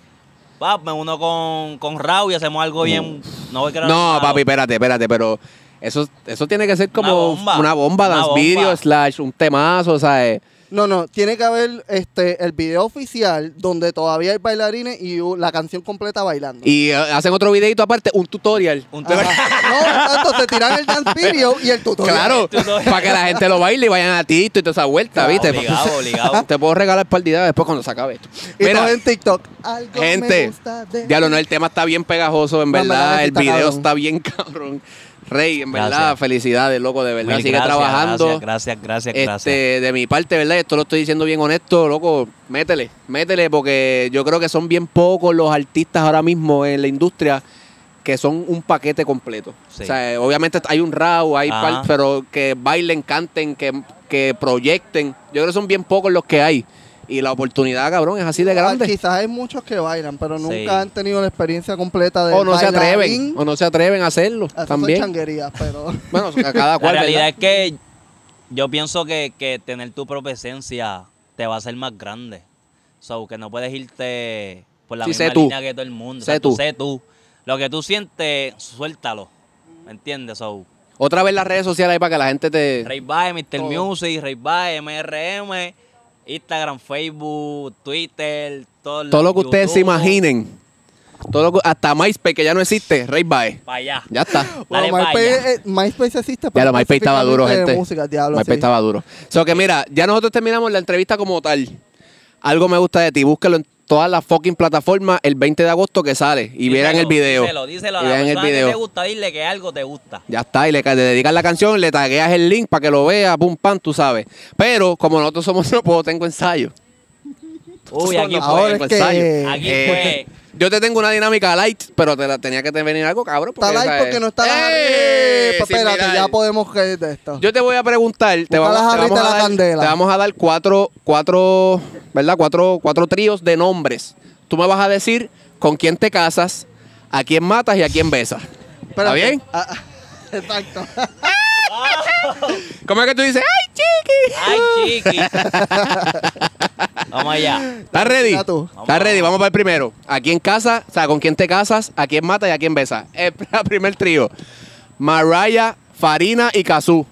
S3: pap, me uno con, con Raúl y hacemos algo bien. No voy a crear
S1: Mm. No,
S3: nada.
S1: papi, espérate, espérate, pero eso, eso tiene que ser como
S3: Una bomba.
S1: una bomba,
S3: Una
S1: dance
S3: bomba.
S1: video, slash, un temazo, ¿sabes?
S2: No, no, tiene que haber este el video oficial donde todavía hay bailarines y u- la canción completa bailando.
S1: Y eh, hacen otro videito aparte, un tutorial.
S3: Un
S2: Ajá. no, tanto se tiran el dance video y el tutorial.
S1: Claro,
S3: tutorial.
S1: para que la gente lo baile y vayan a Tito y toda esa vuelta, ¿viste?
S3: Obligado, obligado.
S1: [LAUGHS] Te puedo regalar par de ideas después cuando se acabe esto.
S2: Y
S1: Mira,
S2: todo en TikTok. Algo me
S1: Gente,
S2: gusta de-
S1: diablo, no, el tema está bien pegajoso, en
S2: No, en
S1: verdad.
S2: verdad sí
S1: El
S2: está
S1: video
S2: cabrón.
S1: está bien [LAUGHS] cabrón. Rey, en verdad,
S3: Gracias.
S1: felicidades, loco, de verdad.
S3: Mil
S1: Sigue
S3: gracias,
S1: trabajando.
S3: Gracias, gracias,
S1: Este,
S3: gracias. gracias.
S1: de mi parte, ¿verdad? Esto lo estoy diciendo bien honesto, loco. Métele, métele, porque yo creo que son bien pocos los artistas ahora mismo en la industria que son un paquete completo.
S3: Sí.
S1: O sea, obviamente hay un raw, hay
S3: Ajá.
S1: par- pero que bailen, canten, que, que proyecten. Yo creo que son bien pocos los que hay. Y la oportunidad, cabrón, es así de
S2: Ah,
S1: grande.
S2: Quizás hay muchos que bailan, pero nunca
S3: Sí.
S2: han tenido la experiencia completa de
S1: O no se atreven,
S2: bailarín.
S1: o no se atreven a hacerlo
S2: Esas son
S1: también.
S2: changuerías, pero
S1: Bueno, a cada
S3: [LAUGHS] La
S1: cual, ¿verdad?
S3: realidad es que yo pienso que, que tener tu propia esencia te va a hacer más grande. So, que no puedes irte por la
S1: Sí, sé
S3: misma
S1: tú.
S3: línea que todo el mundo.
S1: Sé
S3: Exacto,
S1: tú.
S3: Sé tú. Lo que tú sientes, suéltalo. ¿Me entiendes? So,
S1: Otra vez las redes sociales ahí para que la gente te...
S3: Ray Bae, Mr.
S2: Todo.
S3: Music, Ray Bae, MRM, Instagram, Facebook, Twitter, todo,
S1: Todo lo que ustedes se imaginen. Todo lo que- hasta MySpace, que ya no existe, Rey Baez.
S3: Para allá.
S1: Ya
S3: [LAUGHS]
S1: está.
S2: [LAUGHS] Bueno,
S3: Dale, vaya.
S2: MySpace, eh, MySpace existe.
S1: Ya
S2: pero
S1: lo MySpace estaba duro,
S2: específicamente de
S1: gente.
S2: Música, diablo,
S1: MySpace
S2: sí.
S1: estaba duro. So que mira, ya nosotros terminamos la entrevista como tal. Algo me gusta de ti. Búscalo en todas las fucking plataformas el 20 de agosto que sale. Y verán el video.
S3: Díselo, díselo a
S1: y
S3: la
S1: vean el
S3: persona que te
S1: video.
S3: gusta, dile que algo te gusta.
S1: Ya está, y le, ca- le dedicas la canción, le tagueas el link para que lo vea, pum, pam, tú sabes. Pero como [LAUGHS] nosotros somos no puedo, tengo ensayo.
S3: Uy,
S1: Son
S3: aquí
S1: los
S3: fue.
S2: Ahora
S1: Pues,
S2: es que
S1: ensayo.
S3: Aquí
S1: Eh,
S3: fue.
S1: Yo te tengo una dinámica light, pero te la tenía que te- venir algo, cabrón.
S2: Está live
S1: esa
S2: porque
S1: es.
S2: no está la
S1: ¡Ey!
S2: Eh, pues
S1: Sin
S2: Espérate,
S1: mirar.
S2: ya podemos caer de esto.
S1: Yo te voy a preguntar, te
S2: Busca
S1: vamos,
S2: la
S1: te
S2: jarrita
S1: vamos
S2: y la
S1: a dar,
S2: candela.
S1: te vamos a dar cuatro, cuatro, ¿verdad? Cuatro, cuatro tríos de nombres. Tú me vas a decir con quién te casas, a quién matas y a quién besas. ¿Está
S2: Espérate.
S1: bien?
S2: Ah, [LAUGHS] ah, exacto.
S1: ¿Cómo es que tú dices, ay, chiqui? [LAUGHS]
S3: Ay, chiqui. Vamos allá.
S1: ¿Estás ready?
S2: Mira tú.
S1: ¿Estás ready? Vamos para el primero. ¿A quién casas? O sea, ¿con quién te casas? ¿A quién matas y a quién besas? [LAUGHS] El primer trío. Mariah, Farina y Kazú.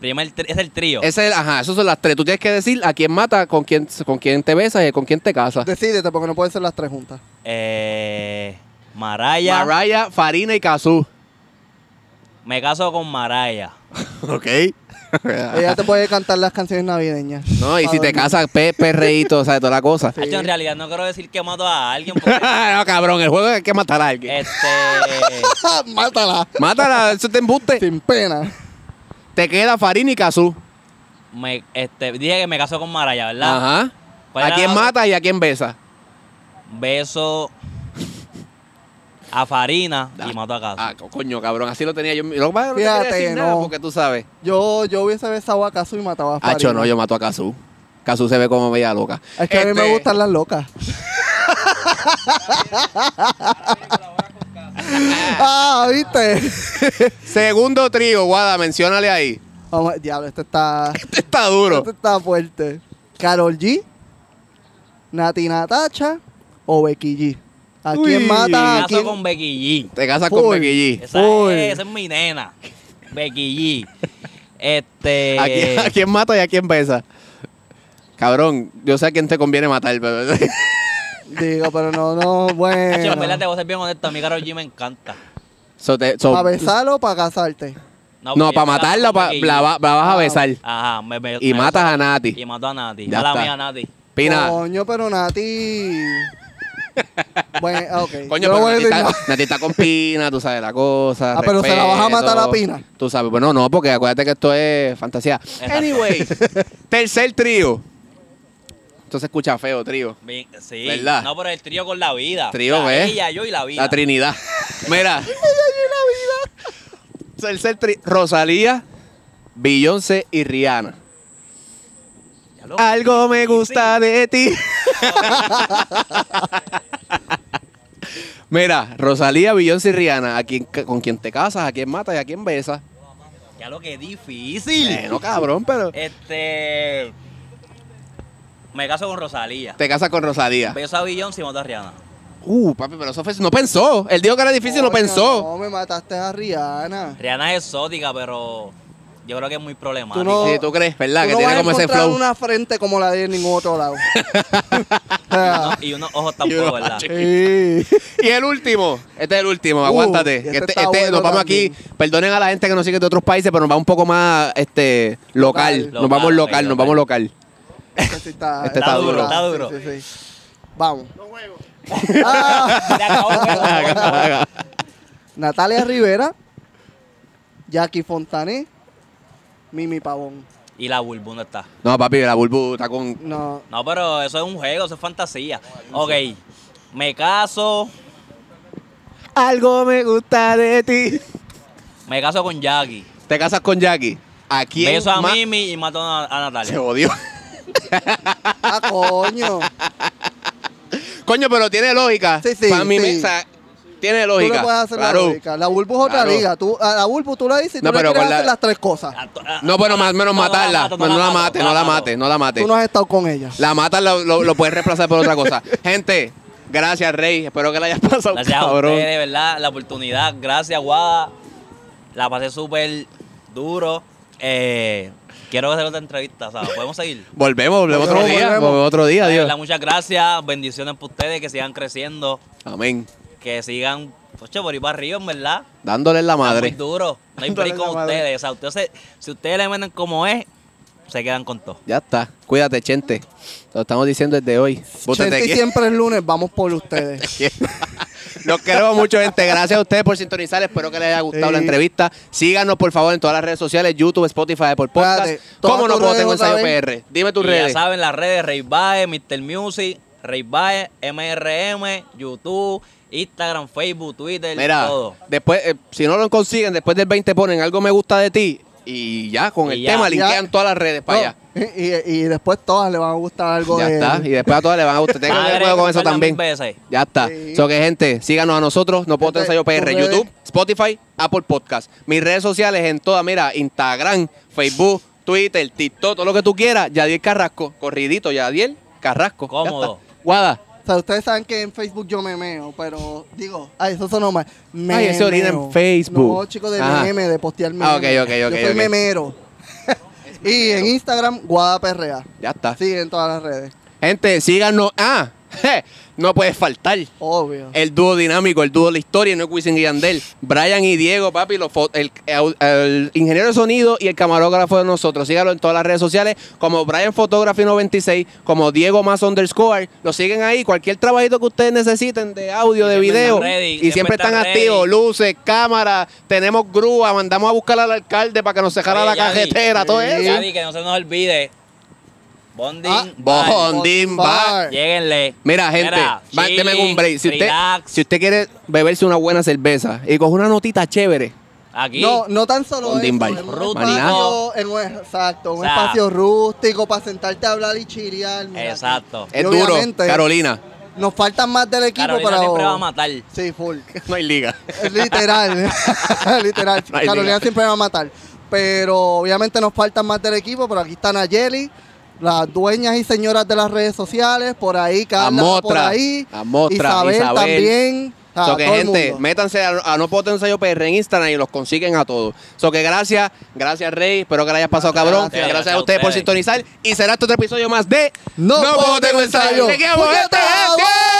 S3: Primer tri- es el trío.
S1: Ese es el- ajá, esos son las tres. Tú tienes que decir a quién mata, con quién, con quién te besas y con quién te casas.
S2: Decídete porque no pueden ser las tres juntas.
S3: Eh, Maraya.
S1: Mariah, Farina y Kazú.
S3: Me caso con Maraya.
S1: Ok.
S2: Ella te puede cantar las canciones navideñas. [LAUGHS]
S1: no, y si te
S2: Adorno.
S1: casas, pe, perreíto, o sea, toda la
S3: [LAUGHS]
S1: cosa.
S3: Hacho, en realidad no quiero decir que mato a alguien porque
S1: [LAUGHS] no, cabrón, el juego es que matar a
S3: Eh.
S1: alguien.
S3: este
S2: ¡Ah, [LAUGHS] mátala.
S1: Mátala, eso te embuste.
S2: Sin pena.
S1: Te queda Farina y Kazú.
S3: me este dije que me caso con Maraya, ¿verdad?
S1: Ajá.
S3: ¿Cuál
S1: ¿A
S3: era
S1: quién
S3: la otra?
S1: matas y a quién besas?
S3: Beso a Farina y mato a Caso.
S1: Ah, co- coño, cabrón, así lo tenía yo. Lo que pasa es que no te
S2: Fíjate,
S1: quería decir nada
S2: no.
S1: porque tú sabes.
S2: Yo, yo hubiese besado a Casu y mataba a Farina.
S1: Hacho, no, yo mato a Kazú. Kazú se ve como media loca.
S2: Es que a mí me
S1: Este,
S2: gustan las locas. ah, ¿viste?
S1: Segundo trío, Guada, menciónale ahí. [LAUGHS]
S2: Vamos, diablo, este está,
S1: Este está duro.
S2: este está fuerte. Carol G, Nati Natacha o Becky G. ¿A
S1: Uy.
S2: quién
S3: me
S2: mata? ¿A
S3: caso
S2: quién?
S3: con Becky
S1: Te casas
S2: Full.
S1: con Becky
S3: G.
S1: G.
S3: Esa
S2: Uy.
S3: es, esa es mi nena. Becky
S1: [LAUGHS]
S3: G. Este
S1: ¿A quién, a quién mata y a quién besa? Cabrón, yo sé a quién te conviene matar, pero... [LAUGHS]
S2: Digo, pero no,
S3: [LAUGHS]
S2: no,
S3: Hacho, en
S2: bueno.
S3: verdad te voy a ser bien honesto, a mí Karol G me encanta.
S1: So te- so-
S2: ¿Para besarlo o para casarte?
S1: no,
S3: porque
S1: para
S3: yo me caso
S1: matarla,
S3: con
S1: pa-
S3: Becky G.
S1: la, va- la vas a
S2: Ah,
S1: besar.
S3: Ajá, me, me-
S1: Y
S3: me
S1: matas
S3: beso-
S1: a Nati.
S3: Y mato a Nati.
S1: Ya
S3: Mala
S1: está.
S3: mía, Nati.
S1: Pina.
S2: Coño, pero Nati.
S1: [LAUGHS]
S2: bueno, ah, ok.
S1: Coño,
S2: Yo
S1: pero
S2: no voy a
S1: Nati
S2: decir
S1: está,
S2: nada.
S1: Nati está con Pina, tú sabes la cosa.
S2: Ah, pero se la vas a matar a Pina.
S1: Tú sabes, bueno, no, porque acuérdate que esto es fantasía.
S3: Exacto.
S1: Anyway,
S2: [LAUGHS]
S1: tercer trío. Esto se escucha feo, trío.
S3: Bien, Sí.
S1: ¿Verdad?
S3: No, pero el trío con la vida.
S1: Trío,
S3: O sea,
S1: ¿ves?
S3: Ella, yo y la vida.
S1: La Trinidad. Mira. Tercer trío. Rosalía, Beyoncé y Rihanna.
S3: Ya lo-
S1: Algo me gusta de ti. [LAUGHS] Mira, Rosalía, Beyoncé y Rihanna, ¿a quién, con quién te casas, a quién matas y a quién besas.
S3: Ya lo que difícil.
S1: Bueno, cabrón, pero
S3: Este. Me caso con Rosalía.
S1: te casas con Rosalía.
S3: Beso a Beyoncé y mato a Rihanna.
S1: Uh, papi, pero eso fue- no pensó. Él dijo que era difícil, no
S2: Coño,
S1: pensó.
S2: No, me mataste a Rihanna.
S3: Rihanna es exótica, pero yo creo que es muy problemática.
S2: Tú no-
S1: Sí, tú crees, ¿verdad?
S2: Tú
S1: que
S2: no vas
S1: tiene
S2: a
S1: como ese
S2: encontrar
S1: flow.
S2: una frente como la de ningún otro
S1: [LAUGHS]
S2: lado. [LAUGHS] O sea,
S3: Y unos ojos
S1: Y unos
S3: tampoco, ¿verdad?
S1: ojos.
S2: sí.
S1: Y el último, este es el último,
S2: Uh,
S1: aguántate.
S2: este
S1: que este,
S2: está
S1: este-
S2: bueno
S1: nos vamos
S2: también.
S1: aquí. Perdonen a la gente que nos sigue de otros países, pero nos va un poco más este local.
S2: Local.
S1: Nos vamos
S3: Local,
S1: local,
S3: ok,
S1: nos vamos local.
S2: Este sí está,
S1: Este está duro,
S2: bravo,
S3: está duro.
S2: sí, sí, sí.
S1: [LAUGHS]
S2: Vamos.
S3: Se acabó el juego, se acabó el juego.
S2: Natalia Rivera, Jackie Fontané, Mimi Pavón.
S3: y la Bulbu no está.
S1: No, papi, la Bulbu está con.
S2: No,
S3: No, pero eso es un juego, eso es fantasía. Ok. Me caso.
S1: Algo me gusta de ti.
S3: Me caso con Jackie.
S1: Te casas con Jackie. ¿A quién
S3: Beso a
S1: más-
S3: Mimi y mato a, a
S1: [LAUGHS] Se
S3: Natalia.
S1: odió. [LAUGHS]
S2: ah, coño.
S1: Coño, pero tiene lógica.
S2: Sí, sí,
S1: Para mi
S2: sí.
S1: mesa. Tiene
S2: Tú
S1: lógica.
S2: le puedes hacer
S1: claro.
S2: la lógica. La Bulbu es otra
S1: Claro.
S2: liga. Tú, a la Bulbu tú la dices y tú
S1: No,
S2: le
S1: pero
S2: quieres
S1: con la-
S2: hacer las tres cosas.
S3: A- a-
S1: No, bueno, más o menos
S3: no la
S1: matarla.
S3: mato,
S1: No, no la mate, no la
S3: mato.
S1: mate, no la mate.
S2: Tú no has estado con ella.
S1: La mata lo, lo, lo puedes reemplazar por otra cosa. [LAUGHS] Gente, gracias, Rey. Espero que la hayas [LAUGHS] pasado,
S3: Gracias
S1: cabrón.
S3: a ustedes, ¿verdad? La oportunidad. Gracias, Guada. La pasé súper duro. Eh, quiero hacer otra entrevista, ¿sabes? ¿Podemos
S1: [LAUGHS]
S3: seguir?
S1: Volvemos, volvemos otro
S2: Volvemos,
S1: día.
S2: volvemos.
S1: Volvemos otro día,
S3: De
S1: Dios.
S3: verdad, Muchas gracias. Bendiciones para ustedes. Que sigan creciendo.
S1: Amén.
S3: Que sigan, ocho, por ahí para arriba, en verdad. Está
S1: Dándole la
S3: Muy
S1: madre.
S3: duro.
S1: [LAUGHS]
S3: No hay
S2: Dándole
S3: break
S2: la
S3: con
S2: madre.
S3: ustedes. O sea, ustedes, se- si ustedes le meten como es, se quedan con todo.
S1: Ya está. Cuídate, gente. Lo estamos diciendo desde hoy. Bústate
S2: Chente y
S1: aquí.
S2: siempre es lunes, vamos por ustedes.
S1: [LAUGHS] Los queremos mucho, gente. Gracias a ustedes por sintonizar. Espero que les haya gustado
S2: Sí.
S1: la entrevista. Síganos, por favor, en todas las redes sociales: YouTube, Spotify, por Podcast.
S2: Espérate, todas
S1: ¿Cómo no
S2: tus
S1: puedo
S2: redes
S1: tengo
S2: otra
S1: ensayo
S2: vez.
S1: PR? Dime tus
S3: Y
S1: redes.
S3: ya saben, las redes Rey Bae, Mr. Music, Rey Baez, MRM, YouTube, Instagram, Facebook, Twitter,
S1: Mira,
S3: todo.
S1: después, eh, si no lo consiguen, después del 20 ponen algo me gusta de ti y ya, con
S3: Y
S1: el
S3: ya.
S1: tema,
S3: Ya.
S1: linkean todas las redes para
S2: No,
S1: allá.
S2: [LAUGHS] y, y- y después todas le van a gustar algo
S1: Ya
S2: de
S1: está. Y después a todas les van a gustar. Tengo que
S3: Madre,
S1: ver juego con eso
S3: recuerda mil
S1: también.
S3: veces.
S1: Ya está.
S2: Sí.
S1: So que gente, síganos a nosotros, No Puedo Tener
S2: Gente,
S1: Ensayo PR,
S2: tus redes.
S1: YouTube, Spotify, Apple Podcast. Mis redes sociales en todas, mira, Instagram, Facebook, Twitter, TikTok, todo lo que tú quieras. Yadiel Carrasco, corridito, Yadiel Carrasco. Ya
S3: Cómodo.
S1: está. Guada.
S2: O sea, ustedes saben que en Facebook yo memeo, pero digo, ay, eso sonó mal. Memeo.
S1: Ay, ese orina en Facebook.
S2: No, chico, de
S1: Ajá.
S2: meme, de postear meme.
S1: Ah, ok, ok,
S2: Yo
S1: ok,
S2: soy
S1: ok.
S2: memero.
S1: [LAUGHS]
S2: y en Instagram, guadaperrea.
S1: Ya está.
S2: Sigue en todas las redes,
S1: Gente, síganos. Ah, [LAUGHS] je, no puede faltar.
S2: obvio.
S1: El dúo dinámico, el dúo de la historia, no es Wisin y Yandel. Brian y Diego, papi, los fo- el, el- el ingeniero de sonido y el camarógrafo de nosotros. Síganlo en todas las redes sociales como Brian Photography 96, como Diego Más Underscore. Lo siguen ahí. Cualquier trabajito que ustedes necesiten de audio,
S3: Y
S1: de
S3: siempre
S1: video.
S3: están ready,
S1: y siempre
S3: siempre
S1: están
S3: están
S1: activos.
S3: ready.
S1: Luces, cámaras, tenemos grúa, mandamos a buscar al alcalde para que nos dejara
S3: Oye,
S1: la
S3: Yadi,
S1: cajetera, todo
S2: Sí.
S1: eso.
S3: Yadi, que no se nos olvide. Bonding.
S2: Ah,
S3: bye.
S1: Bondin Bar.
S3: Lléguenle.
S1: Mira, gente,
S3: Mira,
S1: va- deme
S3: chilling,
S1: un break. Si usted,
S3: relax.
S1: si usted quiere beberse una buena cerveza y coge una notita chévere,
S3: Aquí.
S2: No, no tan solo
S1: Con
S2: eso,
S1: Dimbal.
S2: en un
S3: Ruta.
S2: espacio, en un- exacto, un
S3: O sea,
S2: espacio rústico para sentarte a hablar y chilear. mira.
S3: Exacto.
S1: es
S2: Y
S1: duro.
S2: obviamente-
S1: Carolina,
S2: Nos faltan más del equipo
S3: Carolina
S2: para...
S3: siempre va a matar.
S2: Sí, full.
S1: no hay liga.
S2: Literal, [LAUGHS] literal.
S1: No hay
S2: Carolina
S1: liga.
S2: siempre me va a matar. Pero obviamente nos faltan más del equipo, pero aquí está Nayeli, las dueñas y señoras de las redes sociales, por ahí, Carla,
S1: Motra,
S2: por ahí,
S1: a Motra,
S2: Isabel,
S1: Isabel.
S2: también. o
S1: [LAUGHS]
S2: sea,
S1: So que
S2: todo el
S1: gente,
S2: mundo.
S1: métanse a, a No Puedo Tener Ensayo PR en Instagram y los consiguen a todos. So que gracias, gracias Rey, espero que la hayas pasado cabrón.
S2: Gracias,
S1: Gracias,
S3: gracias
S1: a
S3: a
S1: ustedes por
S3: ustedes.
S1: sintonizar y será este otro episodio más de
S2: No Puedo Tener Ensayo.
S1: Chequeamos,
S2: ¡Puñeta,
S1: este es el
S2: vamos!